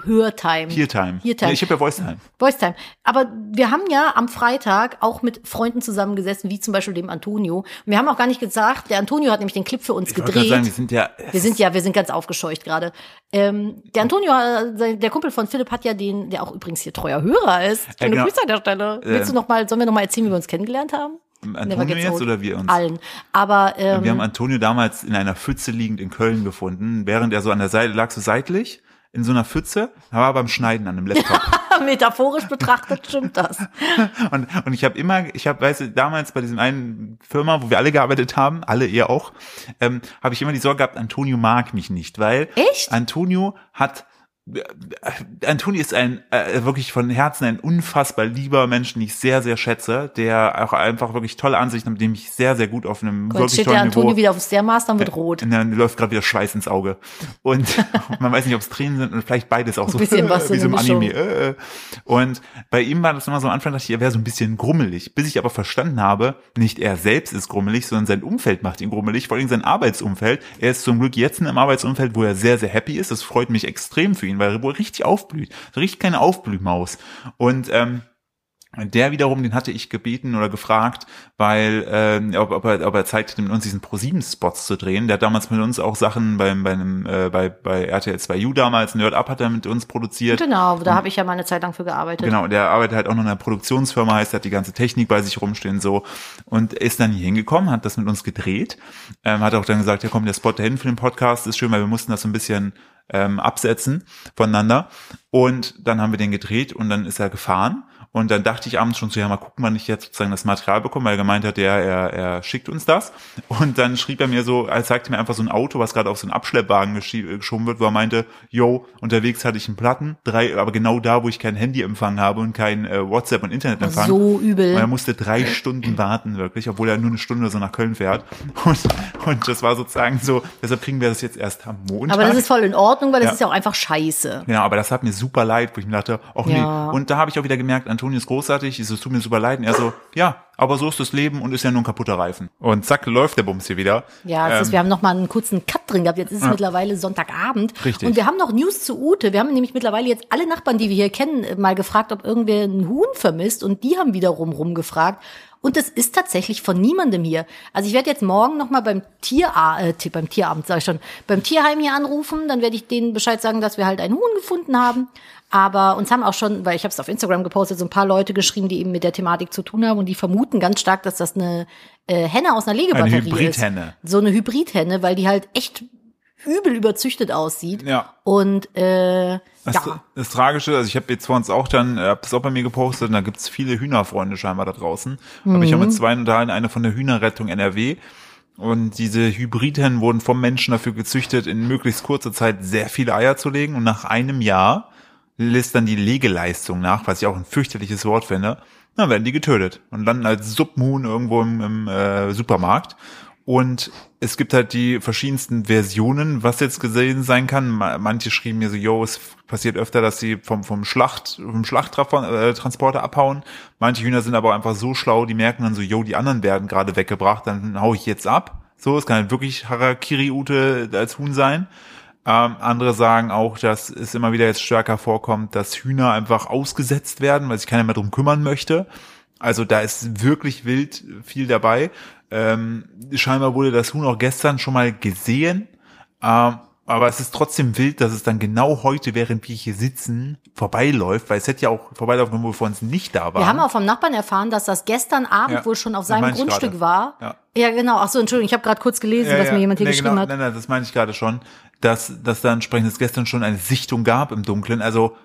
B: Hörtime.
C: Peer Time.
B: Peer Time.
C: Nee, ich habe ja Voice Time.
B: Voice Time. Aber wir haben ja am Freitag auch mit Freunden zusammengesessen, wie zum Beispiel dem Antonio. Und wir haben auch gar nicht gesagt, der Antonio hat nämlich den Clip für uns
C: Ich wollte
B: gedreht.
C: gerade sagen, wir sind ja. äh,
B: Wir sind ja, wir sind ganz aufgescheucht gerade. Ähm, der Antonio, äh, sein- der Kumpel von Philipp hat ja den, der auch übrigens hier treuer Hörer ist. Schöne
C: genau.
B: Grüße an der Stelle. Willst du noch mal, sollen wir noch mal erzählen, wie wir uns kennengelernt haben?
C: Antonio
B: Never gets
C: jetzt
B: old.
C: oder wir uns?
B: Allen. Aber ähm,
C: Wir haben Antonio damals in einer Pfütze liegend in Köln gefunden, während er so an der Seite lag, so seitlich in so einer Pfütze, er war beim Schneiden an einem Laptop.
B: metaphorisch betrachtet stimmt das.
C: und, und ich habe immer, ich habe, weißt du, damals bei diesem einen Firma, wo wir alle gearbeitet haben, alle ihr auch, ähm, habe ich immer die Sorge gehabt, Antonio mag mich nicht, weil
B: Echt?
C: Antonio hat äh, Antonio ist ein äh, wirklich von Herzen ein unfassbar lieber Mensch, den ich sehr, sehr schätze, der auch einfach wirklich tolle Ansichten, hat, mit dem ich sehr, sehr gut auf einem
B: Und jetzt
C: wirklich
B: steht
C: tollen
B: der Antonio
C: Niveau
B: wieder auf dem Stairmaster und wird rot.
C: Und dann läuft gerade wieder Schweiß ins Auge. Und man weiß nicht, ob es Tränen sind und vielleicht beides auch so.
B: bisschen was, so
C: wie so im
B: eine Mischung.
C: Anime. Äh, äh. Und bei ihm war das immer so am Anfang, dachte ich, er wäre so ein bisschen grummelig. Bis ich aber verstanden habe, nicht er selbst ist grummelig, sondern sein Umfeld macht ihn grummelig, vor allem sein Arbeitsumfeld. Er ist zum Glück jetzt in einem Arbeitsumfeld, wo er sehr, sehr happy ist. Das freut mich extrem für ihn, weil er wohl richtig aufblüht. So richtig keine Aufblühmaus. Und ähm, und Der wiederum, den hatte ich gebeten oder gefragt, weil ähm, ob, ob, er, ob er Zeit hätte, mit uns diesen ProSieben-Spots zu drehen. Der hat damals mit uns auch Sachen beim, bei, einem, äh, bei, bei RTL 2U damals, Nerd Up hat er mit uns produziert.
B: Genau,
C: Mhm.
B: da habe ich ja mal eine Zeit lang für gearbeitet.
C: Genau, der arbeitet halt auch noch in einer Produktionsfirma, heißt, er hat die ganze Technik bei sich rumstehen so und ist dann hier hingekommen, hat das mit uns gedreht, ähm, hat auch dann gesagt, ja komm, der Spot dahin für den Podcast ist schön, weil wir mussten das so ein bisschen ähm, absetzen voneinander und dann haben wir den gedreht und dann ist er gefahren und dann dachte ich abends schon so, ja mal gucken, wann ich jetzt sozusagen das Material bekomme, weil er gemeint hat, ja, er, er schickt uns das und dann schrieb er mir so, er zeigte mir einfach so ein Auto, was gerade auf so einen Abschleppwagen geschie- äh, geschoben wird, wo er meinte, yo, unterwegs hatte ich einen Platten, drei, aber genau da, wo ich kein Handyempfang habe und kein äh, WhatsApp und Internetempfang.
B: So
C: Und er
B: übel.
C: musste drei Stunden warten, wirklich, obwohl er nur eine Stunde so nach Köln fährt. Und, und das war sozusagen so, deshalb kriegen wir das jetzt erst am Montag.
B: Aber das ist voll in Ordnung, weil das
C: Ja.
B: ist ja auch einfach scheiße.
C: Genau, aber das hat mir super leid, wo ich mir dachte, ach nee.
B: Ja.
C: Und da habe ich auch wieder gemerkt, Antonio ist großartig, es tut mir super leid. Und er so, ja, aber so ist das Leben und ist ja nur ein kaputter Reifen. Und zack, läuft der Bums hier wieder.
B: Ja,
C: Ähm,
B: das ist, wir haben noch mal einen kurzen Cut drin gehabt. Jetzt ist es mittlerweile Sonntagabend.
C: Richtig.
B: Und wir haben noch News zu Ute. Wir haben nämlich mittlerweile jetzt alle Nachbarn, die wir hier kennen, äh, mal gefragt, ob irgendwer ein Huhn vermisst. Und die haben wiederum rumgefragt. Und das ist tatsächlich von niemandem hier. Also ich werde jetzt morgen noch mal beim Tier äh, Tier- beim Tieramt sag ich schon, beim Tierheim hier anrufen. Dann werde ich denen Bescheid sagen, dass wir halt ein Huhn gefunden haben. Aber uns haben auch schon, weil ich habe es auf Instagram gepostet, so ein paar Leute geschrieben, die eben mit der Thematik zu tun haben und die vermuten ganz stark, dass das eine äh, Henne aus einer Legebatterie ist
C: Hybridhenne.
B: so eine Hybridhenne, weil die halt echt übel überzüchtet aussieht.
C: Ja.
B: Und äh,
C: Das,
B: ja.
C: das Tragische, also ich habe jetzt vor uns auch dann, äh, hab das auch bei mir gepostet, und da gibt's viele Hühnerfreunde scheinbar da draußen. Habe ich auch
B: Mhm.
C: mit zwei unterhalten, eine von der Hühnerrettung NRW. Und diese Hybridhennen wurden vom Menschen dafür gezüchtet, in möglichst kurzer Zeit sehr viele Eier zu legen. Und nach einem Jahr listern die Legeleistung nach, was ich auch ein fürchterliches Wort finde, dann werden die getötet und landen als Submoon irgendwo im, im äh, Supermarkt. Und es gibt halt die verschiedensten Versionen, was jetzt gesehen sein kann. Ma- Manche schrieben mir so, yo, es f- passiert öfter, dass sie vom, vom Schlacht, vom Schlachttransporter abhauen. Manche Hühner sind aber einfach so schlau, die merken dann so, yo, die anderen werden gerade weggebracht, dann hau ich jetzt ab. So, es kann halt wirklich Harakiri-Ute als Huhn sein. Ähm, andere sagen auch, dass es immer wieder jetzt stärker vorkommt, dass Hühner einfach ausgesetzt werden, weil sich keiner mehr drum kümmern möchte. Also da ist wirklich wild viel dabei. Ähm, scheinbar wurde das Huhn auch gestern schon mal gesehen. Ähm, aber es ist trotzdem wild, dass es dann genau heute, während wir hier sitzen, vorbeiläuft, weil es hätte ja auch vorbeilaufen können, wo wir uns nicht da waren.
B: Wir haben auch vom Nachbarn erfahren, dass das gestern Abend
C: Ja,
B: wohl schon auf
C: das
B: seinem
C: meine ich
B: Grundstück
C: gerade.
B: war.
C: Ja.
B: genau. Ach so, Entschuldigung, ich habe gerade kurz gelesen, was mir jemand hier
C: nee,
B: geschrieben
C: genau.
B: hat.
C: Nein, nein, das meine ich gerade schon, dass, dass da entsprechend es gestern schon eine Sichtung gab im Dunkeln. Also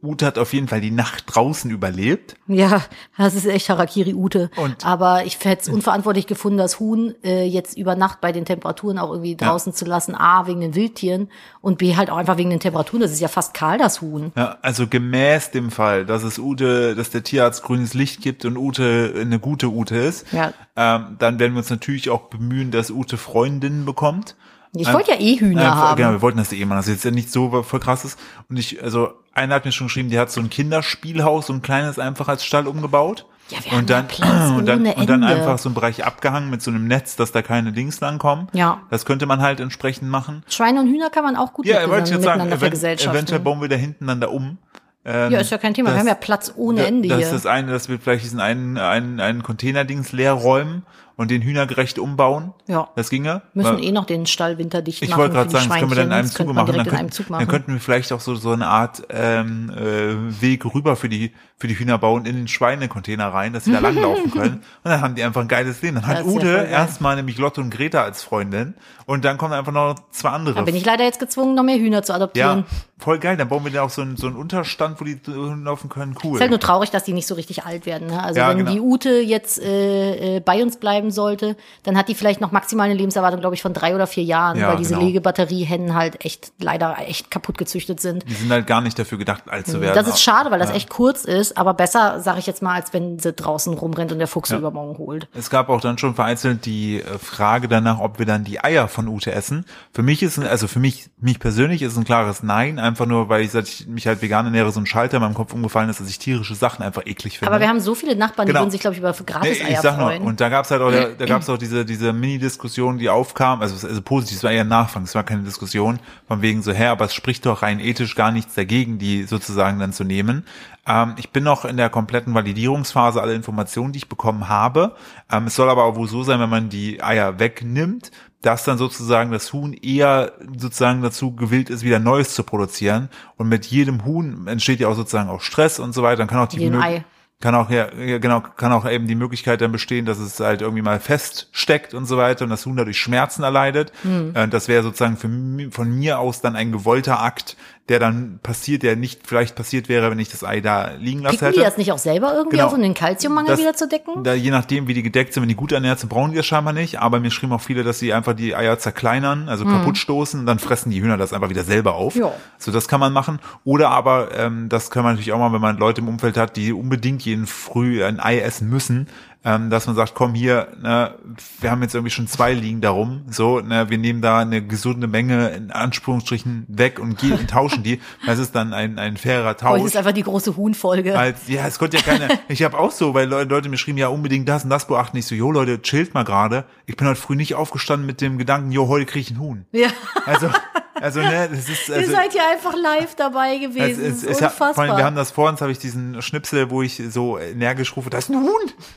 C: Ute hat auf jeden Fall die Nacht draußen überlebt.
B: Ja, das ist echt Harakiri-Ute.
C: Und-
B: Aber ich hätte es unverantwortlich gefunden, das Huhn äh, jetzt über Nacht bei den Temperaturen auch irgendwie draußen zu lassen. A, wegen den Wildtieren und B, halt auch einfach wegen den Temperaturen. Das ist ja fast kahl, das Huhn.
C: Ja, also gemäß dem Fall, dass es Ute, dass der Tierarzt grünes Licht gibt und Ute eine gute Ute ist,
B: Ja.
C: ähm, dann werden wir uns natürlich auch bemühen, dass Ute Freundinnen bekommt.
B: Ich wollte ja eh Hühner
C: Ja,
B: haben.
C: Genau, wir wollten das eh immer. Das ist jetzt ja nicht so voll krasses. Und ich, also, einer hat mir schon geschrieben, die hat so ein Kinderspielhaus, so ein kleines einfach als Stall umgebaut.
B: Ja, wir haben
C: und dann,
B: ja Platz
C: und dann,
B: ohne
C: und dann
B: Ende.
C: einfach so einen Bereich abgehangen mit so einem Netz, dass da keine Dings langkommen.
B: Ja.
C: Das könnte man halt entsprechend machen.
B: Schweine und Hühner kann man auch gut
C: Ja,
B: miteinander,
C: wollte ich jetzt sagen,
B: miteinander
C: event-
B: vergesellschaften.
C: eventuell bauen wir da hinten dann da um. Ähm,
B: ja, ist ja kein Thema. wir
C: das-
B: haben ja Platz ohne
C: da-
B: Ende
C: das
B: hier.
C: ist das eine, dass wir vielleicht diesen einen, einen, einen Containerdings leer räumen und den hühnergerecht umbauen.
B: Ja.
C: Das ginge.
B: Müssen
C: Weil-
B: eh noch den Stall winterdicht
C: ich
B: machen.
C: wollte gerade
B: für die
C: sagen, das können wir dann in
B: Schweinchen.
C: einem
B: Das könnte
C: Zuge
B: man
C: machen. Dann,
B: direkt in einem
C: könnten-
B: Zug
C: dann
B: machen.
C: könnten wir vielleicht auch so, so eine Art ähm, äh, Weg rüber für die, für die Hühner bauen in den Schweinecontainer rein, dass sie da langlaufen können. Und dann haben die einfach ein geiles Leben. Dann
B: Das
C: hat
B: ist ja
C: Ute
B: voll geil.
C: erstmal nämlich Lotte und Greta als Freundin und dann kommen einfach noch zwei andere.
B: Dann bin ich leider jetzt gezwungen, noch mehr Hühner zu adoptieren.
C: ja, voll geil. Dann bauen wir da auch so einen, so einen Unterstand, wo die drin laufen können. Cool.
B: Ist halt nur traurig, dass die nicht so richtig alt werden. Ne? Also
C: Ja,
B: wenn
C: genau.
B: die Ute jetzt äh, äh, bei uns bleiben sollte, dann hat die vielleicht noch maximal eine Lebenserwartung, glaube ich, von drei oder vier Jahren,
C: Ja,
B: weil diese
C: genau.
B: Legebatteriehennen halt echt leider echt kaputt gezüchtet sind.
C: die sind halt gar nicht dafür gedacht, alt zu werden.
B: Das ist schade, weil das echt kurz ist, aber besser, sage ich jetzt mal, als wenn sie draußen rumrennt und der Fuchs sie übermorgen holt.
C: Es gab auch dann schon vereinzelt die äh, Frage danach, ob wir dann die Eier von Ute essen. Für mich ist, ein- also für mich, mich persönlich ist ein klares Nein, einfach nur, weil ich, seit ich mich halt vegan ernähre, so ein Schalter in meinem Kopf umgefallen ist, dass ich tierische Sachen einfach eklig finde.
B: Aber wir haben so viele Nachbarn,
C: Mhm. Genau.
B: die würden sich, glaube ich, über
C: Nee, ich
B: Gratis-Eier
C: sag noch,
B: freuen.
C: und da gab's halt auch, da gab's auch diese, diese Mini-Diskussion, die aufkam, also, es- also positiv, es war eher ein Nachfang, es war keine Diskussion, von wegen so, hä, aber es spricht doch rein ethisch gar nichts dagegen, die sozusagen dann zu nehmen. Ähm, ich bin noch in der kompletten Validierungsphase aller Informationen, die ich bekommen habe. Ähm, es soll aber auch wohl so sein, wenn man die Eier wegnimmt, dass dann sozusagen das Huhn eher sozusagen dazu gewillt ist, wieder Neues zu produzieren. Und mit jedem Huhn entsteht ja auch sozusagen auch Stress und so weiter. Dann kann auch die
B: Jedem
C: Mö-
B: Ei.
C: kann auch ja, ja genau kann auch eben die Möglichkeit dann bestehen, dass es halt irgendwie mal feststeckt und so weiter und das Huhn dadurch Schmerzen erleidet.
B: Hm.
C: Äh, Das wäre sozusagen für, mi- von mir aus dann ein gewollter Akt, der dann passiert, der nicht vielleicht passiert wäre, wenn ich das Ei da liegen lassen
B: Picken
C: hätte.
B: die das nicht auch selber irgendwie
C: Genau.
B: auf, um den Kalziummangel
C: Das-
B: wieder zu decken?
C: Da, je nachdem, wie die gedeckt sind, wenn die gut ernährt sind, brauchen die das scheinbar nicht. Aber mir schrieben auch viele, dass sie einfach die Eier zerkleinern, also kaputt stoßen und dann fressen die Hühner das einfach wieder selber auf.
B: Hm. Ja.
C: So, das kann man machen. Oder aber, ähm, das kann man natürlich auch mal, wenn man Leute im Umfeld hat, die unbedingt jeden Früh ein Ei essen müssen, ähm, dass man sagt, komm hier, ne, wir haben jetzt irgendwie schon zwei liegen darum, so, ne, wir nehmen da eine gesunde Menge in Anführungsstrichen weg und, gehen, und tauschen die. Das ist dann ein, ein fairer Tausch.
B: Heute Oh, ist einfach die große Huhnfolge.
C: Als, ja, es konnte ja keiner. Ich habe auch so, weil Leu- Leute mir schrieben, ja, unbedingt das und das beachten. Ich so, jo, Leute, chillt mal gerade. Ich bin heute früh nicht aufgestanden mit dem Gedanken, jo, heute krieg ich einen Huhn.
B: Ja.
C: Also, also, ne, das ist,
B: Ihr
C: also,
B: seid ja einfach live dabei
C: es-
B: gewesen.
C: es- es
B: das ist
C: hat- vor
B: unfassbar.
C: allem, wir haben das vor uns, habe ich diesen Schnipsel, wo ich so energisch rufe, da ist ein Huhn,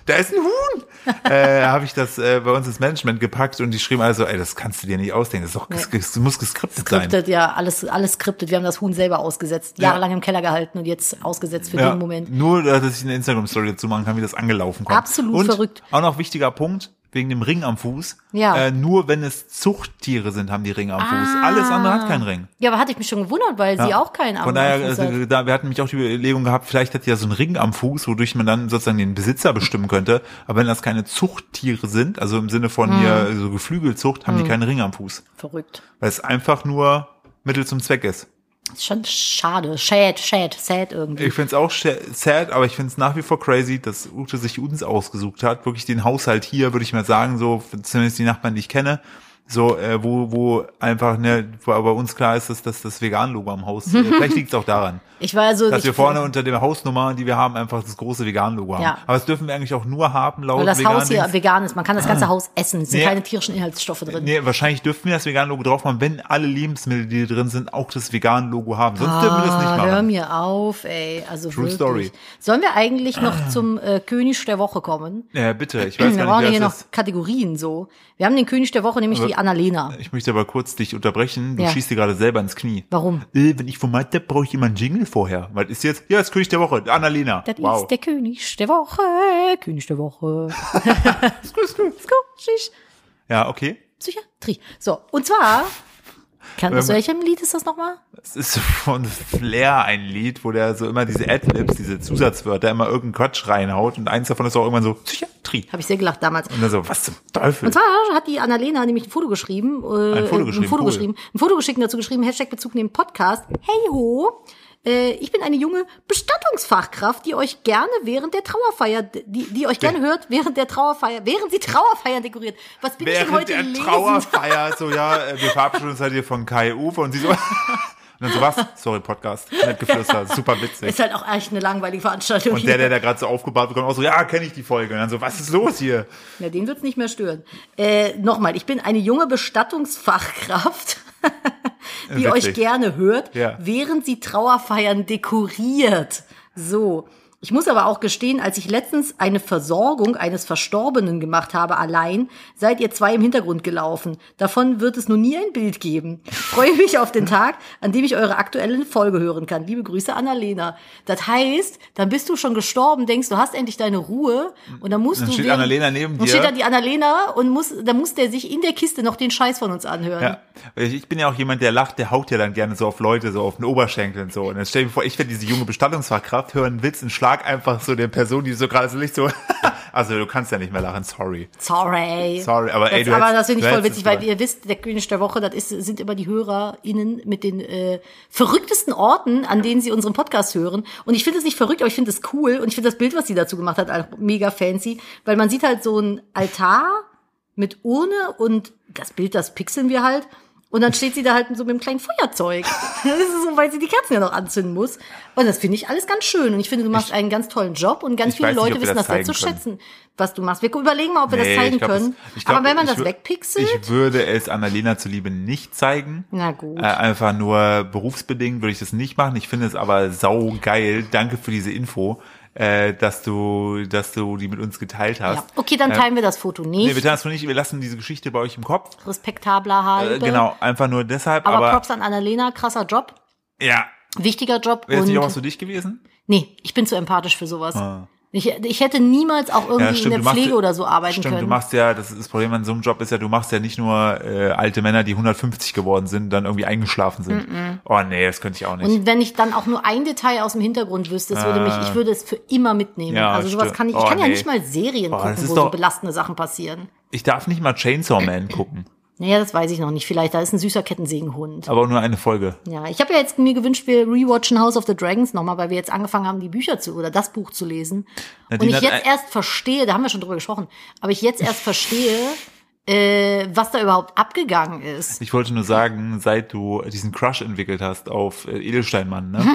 C: da ist ein Huhn, äh, habe ich das äh, bei uns ins Management gepackt und die schrieben also, ey, das kannst du dir nicht ausdenken, das ist doch, ges- ges- muss geskriptet sein.
B: Skriptet, ja, alles, alles skriptet. Wir haben das Huhn selber ausgesetzt,
C: Ja.
B: jahrelang im Keller gehalten und jetzt ausgesetzt für den Moment.
C: Nur, äh, dass ich eine Instagram-Story dazu machen kann, wie das angelaufen kommt.
B: Absolut
C: und
B: verrückt.
C: Auch noch wichtiger Punkt, wegen dem Ring am Fuß.
B: Ja.
C: Äh, nur wenn es Zuchttiere sind, haben die Ringe am Fuß. Alles andere hat keinen Ring.
B: Ja, aber hatte ich mich schon gewundert, weil sie auch keinen Arm
C: Von daher,
B: am Fuß
C: also,
B: hat.
C: da, wir hatten nämlich auch die Überlegung gehabt, vielleicht hat die ja so einen Ring am Fuß, wodurch man dann sozusagen den Besitzer bestimmen könnte. Aber wenn das keine Zuchttiere sind, also im Sinne
B: Hm.
C: von hier so Geflügelzucht, haben die keinen Ring am Fuß.
B: Verrückt.
C: Weil es einfach nur Mittel zum Zweck ist.
B: Schon schade. Sad, sad, sad irgendwie.
C: Ich find's auch sha- sad, aber ich find's nach wie vor crazy, dass Ute sich uns ausgesucht hat. Wirklich den Haushalt hier, würde ich mal sagen, so, zumindest die Nachbarn, die ich kenne, so, äh, wo, wo einfach, ne, wo aber uns klar ist, dass, dass das Vegan-Logo am Haus, äh, vielleicht liegt's auch daran.
B: Ich war also.
C: Dass
B: ich,
C: wir vorne unter der Hausnummer, die wir haben, einfach das große Vegan-Logo haben.
B: Ja.
C: Aber das dürfen wir eigentlich auch nur haben, laut
B: weil das Haus hier
C: Vegan-Dings.
B: vegan ist. Man kann das ganze Haus essen. Es sind
C: Ah. Nee.
B: keine tierischen Inhaltsstoffe drin.
C: Nee, wahrscheinlich dürfen wir das Vegan-Logo drauf machen, wenn alle Lebensmittel, die drin sind, auch das Vegan-Logo haben. Sonst dürfen wir das nicht
B: Ah, hör
C: machen.
B: mir auf, ey. Also
C: True
B: wirklich.
C: story.
B: Sollen wir eigentlich noch zum äh, König der Woche kommen?
C: Ja, bitte, ich weiß
B: Wir
C: gar
B: brauchen
C: nicht,
B: hier
C: wer
B: noch
C: das ist. Also
B: Kategorien so. Wir haben den König der Woche, nämlich
C: Aber-
B: die Annalena.
C: Ich möchte aber kurz dich unterbrechen. Du
B: Ja.
C: schießt dir gerade selber ins Knie.
B: Warum?
C: Äh, wenn ich Format habe, brauche ich immer einen Jingle vorher. Was ist jetzt? Ja, das König der Woche, Annalena.
B: Das
C: wow.
B: ist der König der Woche. König der Woche. Skoschig.
C: ja, okay.
B: Psychiatrie. So, und zwar. Kann, aus
C: Ähm,
B: welchem Lied ist das nochmal?
C: Es ist von Flair ein Lied, wo der so immer diese Adlibs, diese Zusatzwörter, immer irgendeinen Quatsch reinhaut. Und eins davon ist auch irgendwann so Psychiatrie.
B: Habe ich sehr gelacht damals.
C: Und dann so, was zum Teufel?
B: Und zwar hat die Annalena nämlich ein Foto geschrieben. Äh,
C: Ein Foto geschrieben,
B: Ein Foto
C: cool.
B: geschrieben. Ein Foto geschickt und dazu geschrieben, Hashtag Bezug nehmen Podcast. Hey ho. Äh, Ich bin eine junge Bestattungsfachkraft, die euch gerne während der Trauerfeier, die, die euch gerne hört, während der Trauerfeier, während sie Trauerfeiern dekoriert. Was bin ich denn
C: Während
B: heute
C: der
B: lesend?
C: Trauerfeier, so ja, äh, wir verabschieden uns halt hier von Kai Uwe und sie so. und dann so, was? Sorry, Podcast. Nett geflüstert, super witzig.
B: Ist halt auch echt eine langweilige Veranstaltung.
C: Und
B: hier.
C: der, der da gerade so aufgebaut bekommt, auch so, ja, kenne ich die Folge. Und dann so, was ist los hier?
B: Na, den wird's nicht mehr stören. Äh, Nochmal, ich bin eine junge Bestattungsfachkraft, die
C: Witzig.
B: euch gerne hört,
C: Ja.
B: während sie Trauerfeiern dekoriert. So. Ich muss aber auch gestehen, als ich letztens eine Versorgung eines Verstorbenen gemacht habe allein, seid ihr zwei im Hintergrund gelaufen. Davon wird es nun nie ein Bild geben. Freue mich auf den Tag, an dem ich eure aktuelle Folge hören kann. Liebe Grüße, Annalena. Das heißt, dann bist du schon gestorben, denkst, du hast endlich deine Ruhe und dann musst
C: Dann
B: du
C: steht
B: während-
C: Annalena neben
B: Dann
C: dir.
B: steht da die Annalena und muss, da muss der sich in der Kiste noch den Scheiß von uns anhören.
C: Ja, ich ich bin ja auch jemand, der lacht, der haut ja dann gerne so auf Leute, so auf den Oberschenkel und so. Und dann stell dir vor, ich wäre diese junge Bestattungsfachkraft, höre einen Witz und schlag einfach so der Person, die so gerade so nicht so. also du kannst ja nicht mehr lachen, sorry.
B: Sorry.
C: Sorry, aber ey,
B: das,
C: du
B: aber
C: hättest-
B: das finde ich
C: du
B: voll
C: hättest
B: witzig,
C: es
B: weil
C: mal.
B: ihr wisst, der König der Woche, das ist, sind immer die HörerInnen mit den äh, verrücktesten Orten, an denen sie unseren Podcast hören. Und ich finde es nicht verrückt, aber ich finde es cool und ich finde das Bild, was sie dazu gemacht hat, auch mega fancy, weil man sieht halt so einen Altar mit Urne und das Bild, das pixeln wir halt. Und dann steht sie da halt so mit einem kleinen Feuerzeug. Das ist so, weil sie die Kerzen ja noch anzünden muss. Und das finde ich alles ganz schön. Und ich finde, du machst einen ganz tollen Job und ganz
C: ich
B: viele
C: weiß nicht,
B: Leute
C: ob wir
B: wissen
C: das
B: das sehr zu
C: zeigen können.
B: schätzen, was du machst. Wir überlegen mal, ob wir
C: Nee,
B: das zeigen
C: ich glaub,
B: können.
C: das- ich glaub,
B: Aber wenn man
C: ich
B: das
C: wür-
B: wegpixelt,
C: Ich würde es Annalena zuliebe nicht zeigen.
B: Na gut.
C: Äh, einfach nur berufsbedingt würde ich das nicht machen. Ich finde es aber sau geil. Danke für diese Info, äh, dass du, dass du die mit uns geteilt hast. Äh,
B: ja. okay, dann teilen wir das Foto
C: Nee,
B: nicht.
C: wir teilen es noch nicht. Wir lassen diese Geschichte bei euch im Kopf.
B: Respektabler halbe.
C: Äh, genau, einfach nur deshalb.
B: Aber,
C: Aber,
B: Props an Annalena, krasser Job,
C: ja,
B: wichtiger Job.
C: wäre es nicht auch was
B: und
C: für dich gewesen?
B: nee, ich bin zu empathisch für sowas. Ich, ich hätte niemals auch irgendwie in
C: du
B: der
C: machst-
B: Pflege oder so arbeiten
C: stimmt,
B: können.
C: du machst ja, das ist das Problem an so einem Job ist ja, du machst ja nicht nur äh, alte Männer, die 150 geworden sind, dann irgendwie eingeschlafen sind. Oh nee, das könnte ich auch nicht.
B: und wenn ich dann auch nur ein Detail aus dem Hintergrund wüsste, das würde mich, ich würde es für immer mitnehmen.
C: Äh. Ja,
B: also sowas
C: stimmt.
B: kann ich, ich
C: Oh,
B: kann ja
C: nee.
B: nicht mal Serien
C: Oh, das
B: gucken,
C: ist
B: wo so
C: doch-
B: belastende Sachen passieren.
C: ich darf nicht mal Chainsaw Man gucken,
B: Naja, das weiß ich noch nicht. Vielleicht, da ist ein süßer Kettensägenhund.
C: aber nur eine Folge.
B: Ja, ich habe ja jetzt mir gewünscht, wir rewatchen House of the Dragons nochmal, weil wir jetzt angefangen haben, die Bücher zu oder das Buch zu lesen.
C: Nadine
B: und ich
C: hat
B: jetzt
C: ein-
B: erst verstehe, da haben wir schon drüber gesprochen, aber ich jetzt erst verstehe, äh, was da überhaupt abgegangen ist.
C: Ich wollte nur sagen, seit du diesen Crush entwickelt hast auf äh, Edelsteinmann, ne?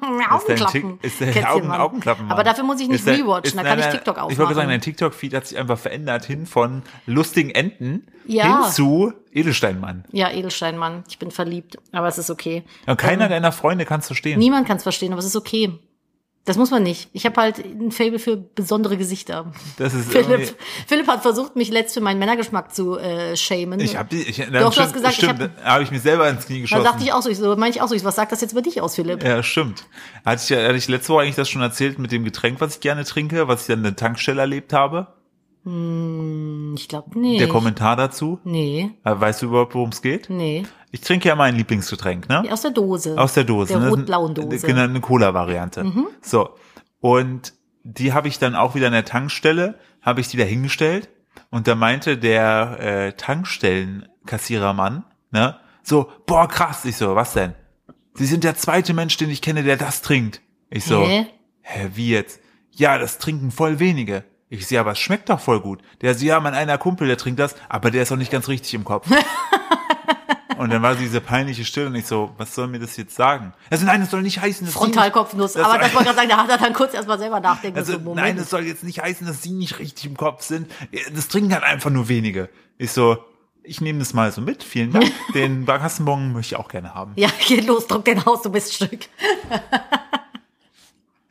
C: dein
B: Augenklappen.
C: Tick- ist dein
B: Kätzchen,
C: Augen,
B: Mann.
C: Augenklappen.
B: Aber dafür muss ich nicht rewatchen, da kann ich
C: auf.
B: TikTok aufmachen.
C: Ich wollte sagen, dein TikTok-Feed hat sich einfach verändert hin von lustigen Enten
B: Ja.
C: hin zu Edelsteinmann.
B: ja, Edelsteinmann, ich bin verliebt, aber es ist okay.
C: Und keiner deiner Freunde kann es verstehen.
B: Niemand kann es verstehen, aber es ist okay. Das muss man nicht. Ich habe halt ein Fable für besondere Gesichter.
C: Das ist irgendwie-
B: Philipp, Philipp hat versucht, mich letzt für meinen Männergeschmack zu äh, shamen.
C: Ich habe die, ich, dann
B: hast
C: stimmt,
B: gesagt, ich
C: stimmt,
B: hab-
C: habe hab ich mir selber ins Knie
B: Da
C: geschossen.
B: dachte ich auch so, ich so, meine ich auch so, ich, so, was sagt das jetzt über dich aus, Philipp?
C: ja, stimmt. Hatte ich, hatte ich letzte Woche eigentlich das schon erzählt mit dem Getränk, was ich gerne trinke, was ich an der Tankstelle erlebt habe?
B: Ich glaube nicht.
C: Der Kommentar dazu.
B: Nee,
C: Äh, Weißt du überhaupt, worum es geht?
B: nee.
C: Ich trinke ja mein Lieblingsgetränk, ne?
B: Aus der Dose.
C: Aus der Dose.
B: Der
C: ne?
B: rot-blauen Dose. Mhm.
C: Genau, eine Cola-Variante. So. Und die habe ich dann auch wieder an der Tankstelle, habe ich die da hingestellt. Und da meinte der äh, Tankstellenkassierermann, ne, so, boah, krass. Ich so, was denn? Sie sind der zweite Mensch, den ich kenne, der das trinkt. Ich so,
B: Hä?
C: hä, wie jetzt? Ja, das trinken voll wenige. Ich sehe, aber es schmeckt doch voll gut. Der so, ja, mein einer Kumpel, der trinkt das, aber der ist auch nicht ganz richtig im Kopf. und dann war so diese peinliche Stille und ich so, was soll mir das jetzt sagen? Also nein, es soll nicht heißen, dass sie nicht-
B: Frontalkopfnuss.
C: das
B: aber
C: soll-
B: das wollte ich gerade sagen, da hat er dann kurz erstmal selber nachdenken.
C: also,
B: müssen.
C: nein, es soll jetzt nicht heißen, dass sie nicht richtig im Kopf sind. Das trinken halt einfach nur wenige. Ich so, ich nehme das mal so mit. Vielen Dank. Den Kassenbon möchte ich auch gerne haben.
B: ja, geh los, druck den aus, du bist Stück.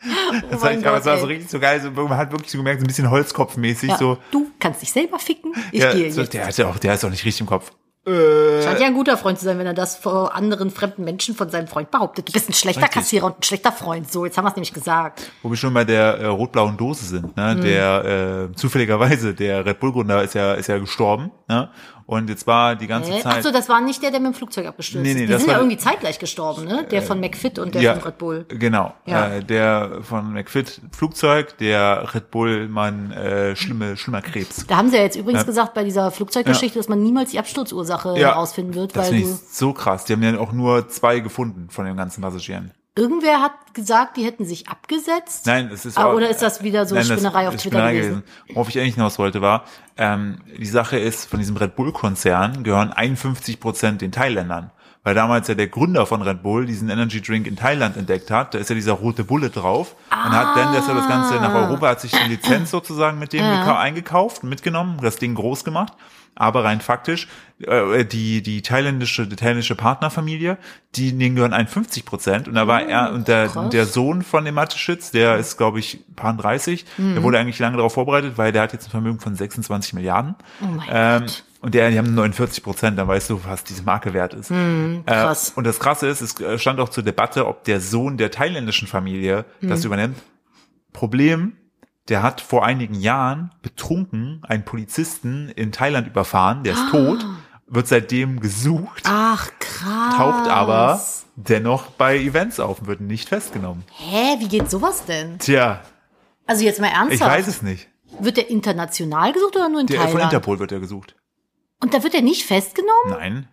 B: Oh
C: das
B: mein
C: heißt, aber
B: Gott,
C: es war so
B: ey.
C: richtig so geil. So, man hat wirklich so gemerkt, so ein bisschen Holzkopfmäßig.
B: Ja,
C: So,
B: Du kannst dich selber ficken, ich
C: ja,
B: gehe
C: so,
B: jetzt.
C: der, hat ja auch, der ist auch nicht richtig im Kopf.
B: Scheint ja ein guter Freund zu sein, wenn er das vor anderen fremden Menschen von seinem Freund behauptet. Du bist ein schlechter
C: Richtig.
B: Kassierer und ein schlechter Freund. So, jetzt haben wir es nämlich gesagt.
C: Wo wir schon bei der äh, rot-blauen Dose sind,
B: Mhm.
C: ne? Der äh, zufälligerweise, der Red Bull-Gründer ist ja, ist ja gestorben. Ne? Und jetzt war die ganze
B: Äh,
C: Zeit.
B: ach so, das war nicht der, der mit dem Flugzeug abgestürzt
C: Nee,
B: ist.
C: nee,
B: Die
C: das
B: sind ja
C: war- Äh,
B: irgendwie zeitgleich gestorben, ne? Der von McFit und der von Red Bull.
C: Genau.
B: Ja.
C: Äh, der von McFit Flugzeug, der Red Bull Mann äh, schlimme, schlimmer Krebs.
B: Da haben sie ja jetzt übrigens gesagt bei dieser Flugzeuggeschichte, dass man niemals die Absturzursache herausfinden wird,
C: das
B: weil
C: finde
B: du,
C: ich so krass. Die haben ja auch nur zwei gefunden von den ganzen Passagieren.
B: irgendwer hat gesagt, die hätten sich abgesetzt.
C: Nein, es ist
B: Ah,
C: auch,
B: oder ist das wieder so Spinnerei auf
C: ist
B: Twitter gewesen?
C: Worauf ich eigentlich hinaus wollte war, ähm, die Sache ist, von diesem Red Bull Konzern gehören 51 Prozent den Thailändern. Weil damals ja der Gründer von Red Bull diesen Energy Drink in Thailand entdeckt hat, da ist ja dieser rote Bulle drauf und hat dann deshalb das Ganze nach Europa, hat sich die Lizenz sozusagen mit dem gekau- eingekauft und mitgenommen, das Ding groß gemacht. Aber rein faktisch, äh, die, die thailändische, die thailändische Partnerfamilie, die, denen gehören 51 Prozent und da war er, und der,
B: Ah, krass. Mhm.
C: der Sohn von dem Mateschitz, der ist, glaube ich, paar 30. Der wurde eigentlich lange darauf vorbereitet, weil der hat jetzt ein Vermögen von 26 Milliarden. Oh
B: mein Gott.
C: Und der, die haben 49 Prozent, dann weißt du, was diese Marke wert ist.
B: Mhm. krass.
C: Äh, und das Krasse ist, es äh, stand auch zur Debatte, ob der Sohn der thailändischen Familie
B: Mhm.
C: das übernimmt. Problem, der hat vor einigen Jahren betrunken einen Polizisten in Thailand überfahren, der ist
B: Ah.
C: tot, wird seitdem gesucht,
B: Ach, krass.
C: taucht aber dennoch bei Events auf und wird nicht festgenommen.
B: Hä, wie geht sowas denn?
C: Tja,
B: Also jetzt mal
C: ich
B: ernsthaft.
C: weiß es nicht.
B: Wird der international gesucht oder nur in
C: Der, von
B: Thailand?
C: Interpol wird er gesucht.
B: Und da wird er nicht festgenommen?
C: Nein.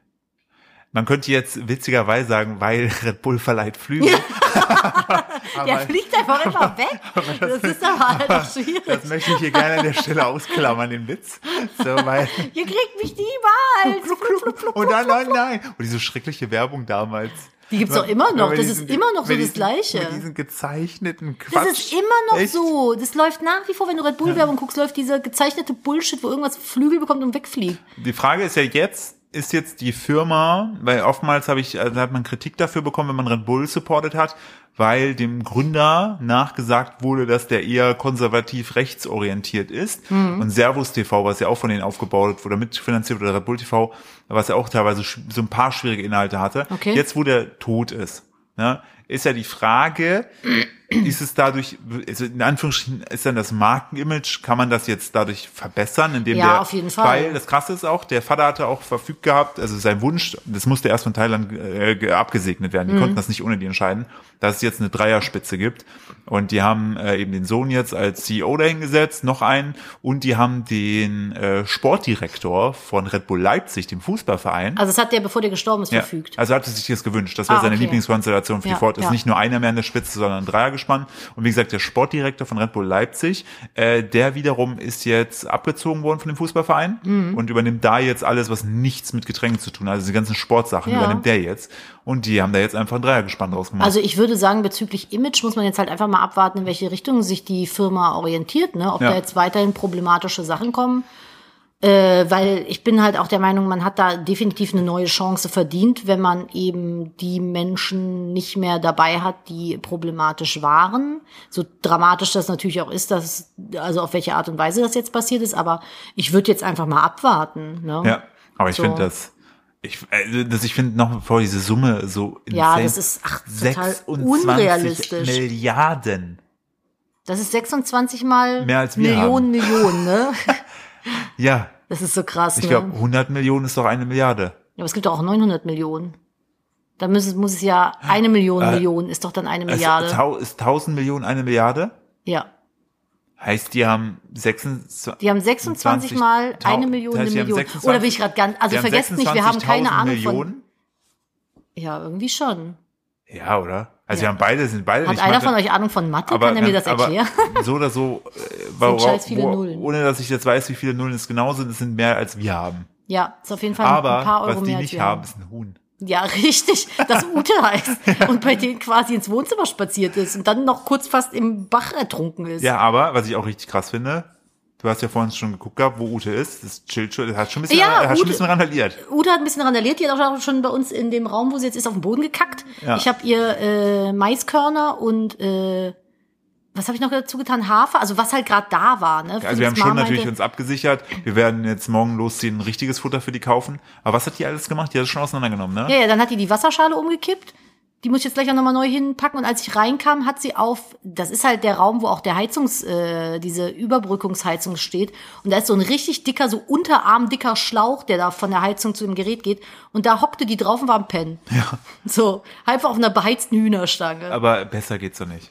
C: Man könnte jetzt witzigerweise sagen, weil Red Bull verleiht Flüge.
B: der fliegt einfach immer weg. Das ist aber halt auch
C: Das
B: schwierig.
C: möchte ich hier gerne an der Stelle ausklammern, den Witz. So, weil,
B: Ihr kriegt mich niemals.
C: und dann, nein, nein. Und diese schreckliche Werbung damals.
B: Die gibt's doch
C: Wenn-
B: immer noch.
C: wenn
B: Das
C: wir
B: ist immer noch so
C: wenn
B: das
C: diesen-
B: Gleiche.
C: Mit diesen gezeichneten Quatsch.
B: Das ist immer noch
C: Echt?
B: so. Das läuft nach wie vor, wenn du Red Bull-Werbung guckst, läuft dieser gezeichnete Bullshit, wo irgendwas Flügel bekommt und wegfliegt.
C: Die Frage ist ja jetzt, ist jetzt die Firma, weil oftmals habe ich, also hat man Kritik dafür bekommen, wenn man Red Bull supported hat, weil dem Gründer nachgesagt wurde, dass der eher konservativ rechtsorientiert ist.
B: Mhm.
C: Und Servus TV, was ja auch von denen aufgebaut wurde, mitfinanziert wurde, Red Bull TV, was ja auch teilweise sch- so ein paar schwierige Inhalte hatte.
B: Okay.
C: Jetzt, wo der tot ist, ne, ist ja die Frage, ist es dadurch, also in Anführungsstrichen, ist dann das Markenimage, kann man das jetzt dadurch verbessern, indem
B: Ja,
C: der,
B: auf jeden Fall.
C: weil das Krasse ist auch, der Vater hatte auch verfügt gehabt, also sein Wunsch, das musste erst von Thailand äh, ge- abgesegnet werden, die konnten das nicht ohne die entscheiden, dass es jetzt eine Dreierspitze gibt und die haben äh, eben den Sohn jetzt als CEO dahingesetzt, noch einen und die haben den äh, Sportdirektor von Red Bull Leipzig, dem Fußballverein,
B: Also das hat der, bevor der gestorben ist,
C: ja,
B: verfügt.
C: also hatte sich das gewünscht. Das wäre
B: Ah,
C: seine
B: okay.
C: Lieblingskonstellation für
B: Ja,
C: die Ford. Ist
B: ja.
C: nicht nur einer mehr an der Spitze, sondern ein Dreiergespann. Und wie gesagt, der Sportdirektor von Red Bull Leipzig, äh, der wiederum ist jetzt abgezogen worden von dem Fußballverein
B: Mhm.
C: und übernimmt da jetzt alles, was nichts mit Getränken zu tun hat. Also die ganzen Sportsachen
B: Ja.
C: übernimmt der jetzt. Und die haben da jetzt einfach ein Dreiergespann draus gemacht.
B: Also ich würde sagen, bezüglich Image muss man jetzt halt einfach mal abwarten, in welche Richtung sich die Firma orientiert, ne? Ob
C: Ja.
B: da jetzt weiterhin problematische Sachen kommen. Äh, weil ich bin halt auch der Meinung, man hat da definitiv eine neue Chance verdient, wenn man eben die Menschen nicht mehr dabei hat, die problematisch waren. So dramatisch das natürlich auch ist, dass, also auf welche Art und Weise das jetzt passiert ist, aber ich würde jetzt einfach mal abwarten. Ne?
C: ja, aber ich
B: so.
C: finde das, ich, also das, ich finde noch vor diese Summe so
B: Ja,
C: insane.
B: das ist ach, total
C: 26
B: unrealistisch.
C: Milliarden.
B: Das ist 26 mal
C: Mehr als wir
B: Millionen, Millionen, ne?
C: Ja,
B: Das ist so krass,
C: ich
B: ne?
C: glaube, 100 Millionen ist doch eine Milliarde.
B: Ja, aber es gibt doch auch 900 Millionen. Da muss es, muss es ja eine Million Millionen ist doch dann eine
C: Also,
B: Milliarde.
C: tau- Äh, ist 1000 Millionen eine Milliarde?
B: ja.
C: Heißt, die haben 26.
B: Die haben 26 mal eine Million, eine Million. Oder also bin ich gerade ganz, also vergesst nicht, wir haben keine Ahnung
C: Millionen?
B: von. Ja, irgendwie schon.
C: Ja, oder? Also
B: Ja.
C: wir haben beide, sind beide
B: Hat
C: nicht
B: einer
C: Mathe-
B: von euch Ahnung von Mathe?
C: aber
B: Kann er mir das
C: ganz- aber
B: erklären?
C: So oder so, äh, worauf,
B: scheiß viele
C: wo,
B: Nullen.
C: ohne dass ich jetzt weiß, wie viele Nullen es genau sind, es sind mehr als wir haben.
B: Ja, ist auf jeden Fall
C: Aber
B: ein paar Euro
C: was die
B: mehr als
C: nicht
B: wir
C: haben, ist ein Huhn.
B: Ja, richtig. Das Ute heißt. Und bei denen quasi ins Wohnzimmer spaziert ist und dann noch kurz fast im Bach ertrunken ist.
C: Ja, aber was ich auch richtig krass finde, du hast ja vorhin schon geguckt gehabt, wo Ute ist. Das chillt schon, das hat schon ein bisschen,
B: Ja,
C: hat schon ein
B: Ute-
C: bisschen randaliert.
B: Ute hat ein bisschen randaliert, die hat auch schon bei uns in dem Raum, wo sie jetzt ist, auf den Boden gekackt.
C: Ja.
B: Ich habe ihr äh, Maiskörner und äh, was habe ich noch dazu getan? Hafer, also was halt gerade da war. Ne?
C: Also wir haben
B: Find's
C: schon
B: Mama
C: natürlich
B: meinte-
C: uns abgesichert. Wir werden jetzt morgen losziehen, ein richtiges Futter für die kaufen. Aber was hat die alles gemacht? Die hat das schon auseinandergenommen, ne?
B: Ja, ja, dann hat die die Wasserschale umgekippt. Die muss ich jetzt gleich auch nochmal neu hinpacken. Und als ich reinkam, hat sie auf, das ist halt der Raum, wo auch der Heizungs, äh, diese Überbrückungsheizung steht. Und da ist so ein richtig dicker, so unterarmdicker Schlauch, der da von der Heizung zu dem Gerät geht. Und da hockte die drauf und war am Pennen. Ja. So, einfach auf einer beheizten Hühnerstange.
C: Aber besser geht's doch nicht.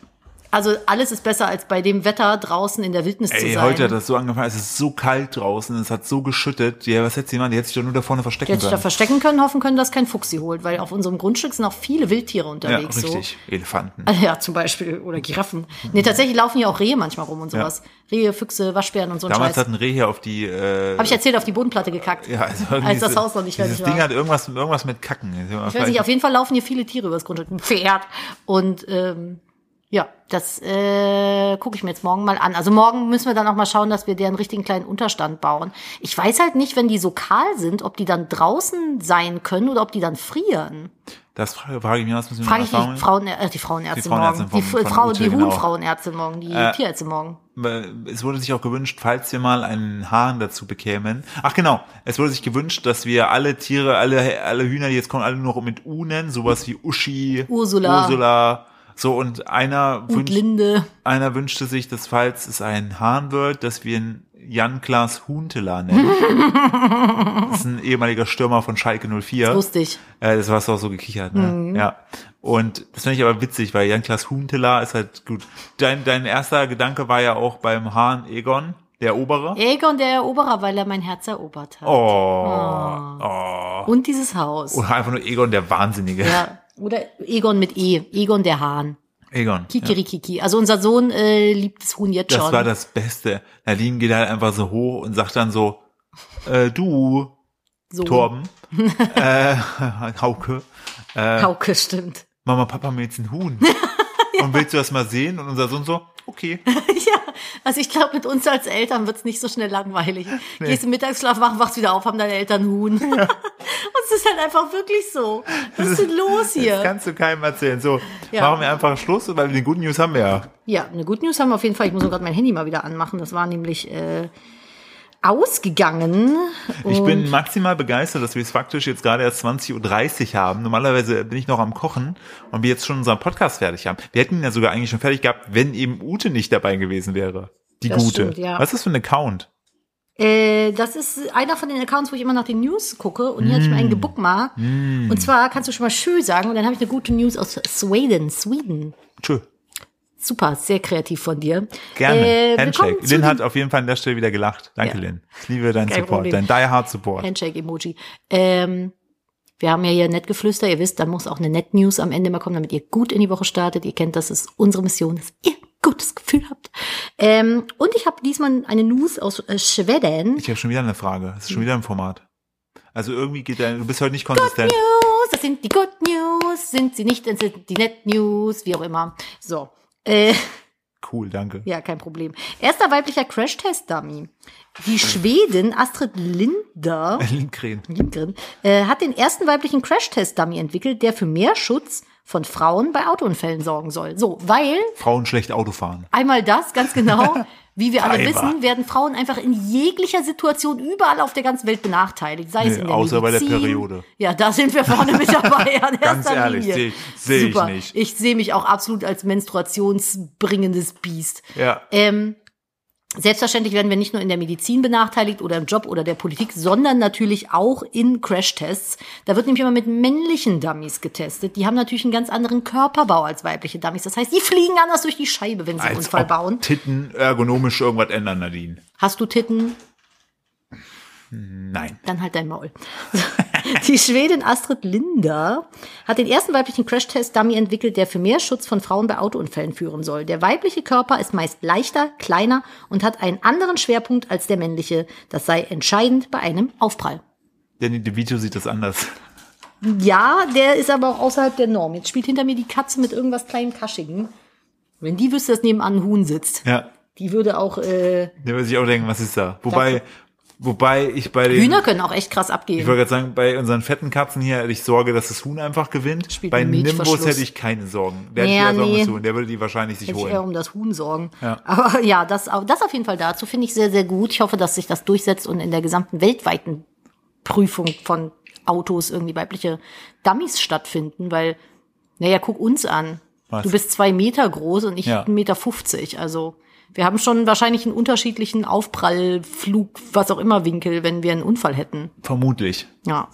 B: Also alles ist besser, als bei dem Wetter draußen in der Wildnis zu
C: Ey,
B: sein.
C: heute hat das so angefangen. Es ist so kalt draußen. Es hat so geschüttet. Ja, was hätte sie gemacht? Die hätte sich doch nur da vorne
B: Die
C: verstecken
B: hätte ich da
C: können.
B: verstecken können, hoffen können, dass kein Fuchs sie holt, weil auf unserem Grundstück sind auch viele Wildtiere
C: Ja,
B: unterwegs. So. Also
C: richtig. Elefanten.
B: Ja, zum Beispiel. Oder Giraffen. Nee, tatsächlich laufen ja auch Rehe manchmal rum und sowas. Rehe, Füchse, Waschbären und so ein
C: Damals hat
B: Scheiß.
C: ein Reh hier auf die, äh,
B: Habe ich erzählt, auf die Bodenplatte gekackt.
C: ja, also irgendwie
B: als das
C: so-
B: Haus noch nicht
C: Dieses
B: fertig war.
C: Ding hat irgendwas, irgendwas mit Kacken.
B: ich weiß nicht, auf jeden Fall laufen hier viele Tiere übers Grundstück. Ein Pferd. Und ähm, ja, das äh, gucke ich mir jetzt morgen mal an. Also morgen müssen wir dann auch mal schauen, dass wir deren richtigen kleinen Unterstand bauen. Ich weiß halt nicht, wenn die so kahl sind, ob die dann draußen sein können oder ob die dann frieren.
C: Das frage, frage ich mich, was müssen wir
B: Frage ich
C: erfahren?
B: die, Frauen, äh, die Frauenärztin
C: Die
B: morgen.
C: Frauenärztin von-
B: Die, F-
C: von
B: Frau,
C: Ute,
B: die
C: genau.
B: Huhnfrauenärztin morgen, die Tierärztin morgen.
C: Äh, es wurde sich auch gewünscht, falls wir mal einen Hahn dazu bekämen. Ach genau, es wurde sich gewünscht, dass wir alle Tiere, alle, alle Hühner, die jetzt kommen, alle nur noch mit U nennen, sowas wie Uschi,
B: Ursula.
C: Ursula so und einer,
B: Gut,
C: wünscht,
B: Linde.
C: einer wünschte sich, dass falls es ein Hahn wird, dass wir ihn Jan-Klaas Huntela nennen. das ist ein ehemaliger Stürmer von Schalke 04.
B: Lustig.
C: Äh, das warst du auch so gekichert, ne? Ja. Und das finde ich aber witzig, weil Jan-Klaas Huntelaar ist halt gut. Dein, dein erster Gedanke war ja auch beim Hahn Egon, der Obere.
B: Egon der Eroberer, weil er mein Herz erobert hat.
C: Oh.
B: Und dieses Haus.
C: Oder einfach nur Egon, der Wahnsinnige.
B: Ja. Oder Egon mit E. Egon der Hahn.
C: Egon.
B: Kikirikiki. Also unser Sohn äh, liebt das Huhn jetzt
C: Das
B: schon.
C: war das Beste. Nadine geht halt einfach so hoch und sagt dann so, äh, du,
B: Sohn.
C: Torben, äh, Hauke, äh.
B: Kauke, stimmt.
C: Mama, Papa, mir jetzt ein Huhn. Und willst du das mal sehen? Und unser Sohn so, okay.
B: ja, also ich glaube, mit uns als Eltern wird's nicht so schnell langweilig. Gehst im Mittagsschlaf machen, wachst wieder auf, haben deine Eltern Huhn. Und es ist halt einfach wirklich so. Was ist denn los
C: Das
B: hier?
C: kannst du keinem erzählen. So,
B: Ja.
C: machen wir einfach Schluss, weil die guten News haben wir ja.
B: Ja, eine gute News haben wir auf jeden Fall. Ich muss gerade mein Handy mal wieder anmachen. Das war nämlich äh, ausgegangen.
C: Ich bin maximal begeistert, dass wir es faktisch jetzt gerade erst 20.30 Uhr haben. Normalerweise bin ich noch am Kochen und wir jetzt schon unseren Podcast fertig haben. Wir hätten ihn ja sogar eigentlich schon fertig gehabt, wenn eben Ute nicht dabei gewesen wäre. Die
B: Das
C: gute.
B: stimmt, ja.
C: Was ist das für ein Account?
B: Äh, das ist einer von den Accounts, wo ich immer nach den News gucke. Und hier hatte ich mir
C: Mm.
B: einen gebuckmarkt. Und zwar kannst du schon mal schön sagen. Und dann habe ich eine gute News aus Sweden. Sweden.
C: Tschö.
B: Super, sehr kreativ von dir.
C: Gerne.
B: Äh,
C: Handshake.
B: willkommen zu
C: Lynn
B: den-
C: hat auf jeden Fall an der Stelle wieder gelacht. Danke,
B: Ja.
C: Lynn. Ich liebe deinen
B: Kein
C: Support, dein
B: Problem.
C: Die Hard Support.
B: Handshake-Emoji. Ähm, wir haben ja hier nett geflüster. Ihr wisst, da muss auch eine nett News am Ende mal kommen, damit ihr gut in die Woche startet. Ihr kennt, das ist unsere Mission, dass ihr gutes Gefühl habt. Ähm, und ich habe diesmal eine News aus äh, Schweden.
C: Ich habe schon wieder eine Frage. Es ist
B: Hm.
C: schon wieder ein Format. Also irgendwie geht dein, du bist heute nicht konsistent.
B: News, das sind die Good News, sind sie nicht, das sind die Net News, wie auch immer. So, äh,
C: Cool, danke.
B: ja, kein Problem. Erster weiblicher Crash-Test-Dummy. Die Schwedin Astrid Linder
C: Lindgren.
B: Lindgren äh, hat den ersten weiblichen Crash-Test-Dummy entwickelt, der für mehr Schutz von Frauen bei Autounfällen sorgen soll. So, weil
C: Frauen schlecht Auto fahren.
B: einmal das, ganz genau. Wie wir alle
C: Driver.
B: wissen, werden Frauen einfach in jeglicher Situation überall auf der ganzen Welt benachteiligt. Sei es
C: Nee,
B: in der
C: außer bei der
B: Medizin.
C: Periode.
B: Ja, da sind wir vorne mit dabei an
C: Ganz
B: erster
C: ehrlich,
B: Linie.
C: seh- seh ich
B: Super.
C: nicht.
B: Ich sehe mich auch absolut als menstruationsbringendes Biest.
C: Ja.
B: Ähm, selbstverständlich werden wir nicht nur in der Medizin benachteiligt oder im Job oder der Politik, sondern natürlich auch in Crashtests. Da wird nämlich immer mit männlichen Dummies getestet. Die haben natürlich einen ganz anderen Körperbau als weibliche Dummies. Das heißt, die fliegen anders durch die Scheibe, wenn sie einen Unfall
C: ob
B: bauen.
C: Titten ergonomisch irgendwas ändern, Nadine.
B: Hast du Titten?
C: Nein.
B: Dann halt dein Maul. Die Schwedin Astrid Linder hat den ersten weiblichen Crashtest-Dummy entwickelt, der für mehr Schutz von Frauen bei Autounfällen führen soll. Der weibliche Körper ist meist leichter, kleiner und hat einen anderen Schwerpunkt als der männliche. Das sei entscheidend bei einem Aufprall.
C: Danny DeVito sieht das anders.
B: Ja, der ist aber auch außerhalb der Norm. Jetzt spielt hinter mir die Katze mit irgendwas kleinen Kaschigen. Wenn die wüsste, dass nebenan ein Huhn sitzt,
C: Ja.
B: die würde auch, äh,
C: Da würde ich auch denken, was ist da? Wobei, wobei ich bei den.
B: Hühner können auch echt krass
C: Ich
B: abgehen.
C: wollte gerade sagen, bei unseren fetten Katzen hier hätte ich Sorge, dass das Huhn einfach gewinnt.
B: Spielt
C: bei
B: ein
C: Nimbus
B: Milchverschluss.
C: hätte ich keine Sorgen. Der hätte
B: Ja,
C: eher Sorgen
B: nee.
C: ums Huhn. Der würde die wahrscheinlich sich
B: Hätte ich eher
C: holen.
B: um das Huhn sorgen. Aber ja, das, au- das auf jeden Fall dazu finde ich sehr, sehr gut. Ich hoffe, dass sich das durchsetzt und in der gesamten weltweiten Prüfung von Autos irgendwie weibliche Dummies stattfinden, weil, naja, guck uns an.
C: Was?
B: Du bist zwei Meter groß und ich
C: Ja.
B: 1,50 Meter. fünfzig. Also wir haben schon wahrscheinlich einen unterschiedlichen Aufprallflug, was auch immer Winkel, wenn wir einen Unfall hätten.
C: Vermutlich.
B: Ja.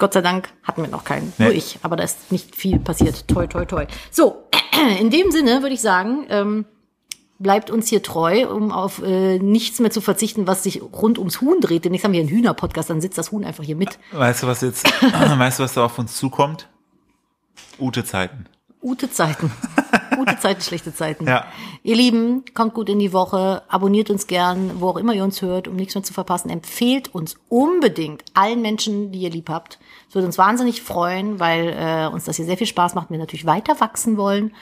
B: Gott sei Dank hatten wir noch keinen. Nur
C: Nee.
B: ich. Aber da ist nicht viel passiert. Toi, toi, toi. So, in dem Sinne würde ich sagen, ähm, bleibt uns hier treu, um auf äh, nichts mehr zu verzichten, was sich rund ums Huhn dreht. Demnächst haben wir einen Hühner-Podcast, dann sitzt das Huhn einfach hier mit.
C: Weißt du, was jetzt, weißt du, was da auf uns zukommt? Ute Zeiten.
B: Gute Zeiten. Gute Zeiten, schlechte Zeiten.
C: Ja.
B: Ihr Lieben, kommt gut in die Woche, abonniert uns gern, wo auch immer ihr uns hört, um nichts mehr zu verpassen. Empfehlt uns unbedingt allen Menschen, die ihr lieb habt. Es würde uns wahnsinnig freuen, weil äh, uns das hier sehr viel Spaß macht und wir natürlich weiter wachsen wollen.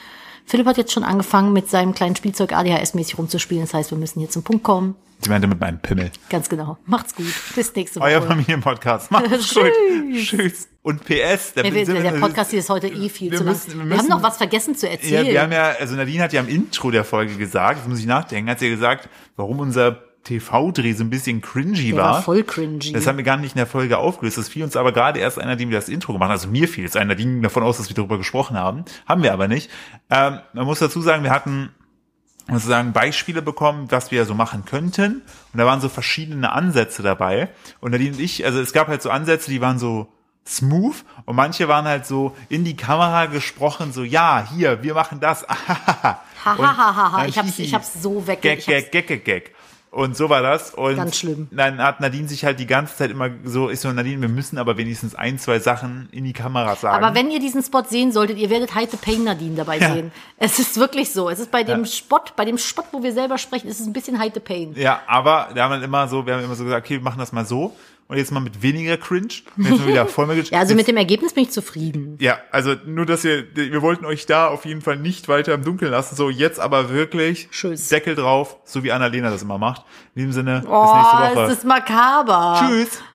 B: Philipp hat jetzt schon angefangen, mit seinem kleinen Spielzeug ADHS-mäßig rumzuspielen. Das heißt, wir müssen hier zum Punkt kommen.
C: Ich meinte mit meinem Pimmel.
B: Ganz genau. Macht's gut. Bis nächste Woche.
C: Euer Familienpodcast. Macht's gut. Tschüss. Und PS, der,
B: der, der, der Podcast hier ist heute eh viel
C: Wir
B: zu lang.
C: müssen- wir
B: wir haben
C: müssen-
B: noch was vergessen zu
C: Ja,
B: erzählen.
C: wir haben ja, also Nadine hat ja am Intro der Folge gesagt, jetzt muss ich nachdenken, hat sie ja gesagt, warum unser TV-Dreh so ein bisschen cringy
B: der
C: war.
B: war, voll cringy.
C: Das haben wir gar nicht in der Folge aufgelöst. Das fiel uns aber gerade erst einer, dem wir das Intro gemacht haben. Also mir fiel es einer, die ging davon aus, dass wir darüber gesprochen haben. Haben wir aber nicht. Ähm, man muss dazu sagen, wir hatten sozusagen Beispiele bekommen, was wir so machen könnten. Und da waren so verschiedene Ansätze dabei. Und Nadine und ich, also es gab halt so Ansätze, die waren so smooth und manche waren halt so in die Kamera gesprochen, so ja, hier, wir machen das.
B: Hahaha,
C: Und
B: ich hab's,
C: hihi.
B: ich hab's so weg.
C: Gag,
B: ich hab's,
C: Gag, Gag, Gag, Gag. Und so war das. Und
B: Ganz schlimm.
C: Dann hat Nadine sich halt die ganze Zeit immer so, ich so, Nadine, wir müssen aber wenigstens ein, zwei Sachen in die Kamera sagen.
B: Aber wenn ihr diesen Spot sehen solltet, ihr werdet Heite Pain Nadine dabei
C: Ja.
B: sehen. Es ist wirklich so. Es ist bei dem
C: Ja.
B: Spot, bei dem Spot, wo wir selber sprechen, ist es ein bisschen Heite Pain.
C: ja, aber wir haben dann immer so, wir haben immer so gesagt, okay, wir machen das mal so. Und jetzt mal mit weniger Cringe. Und jetzt mal wieder voll mehr Cringe.
B: Ja, also
C: Jetzt-
B: mit dem Ergebnis bin ich zufrieden.
C: ja, also nur, dass ihr, wir wollten euch da auf jeden Fall nicht weiter im Dunkeln lassen. So, jetzt aber wirklich
B: Tschüss.
C: Deckel drauf, so wie Annalena das immer macht. In dem Sinne,
B: Oh,
C: bis nächste Woche.
B: es ist makaber.
C: Tschüss.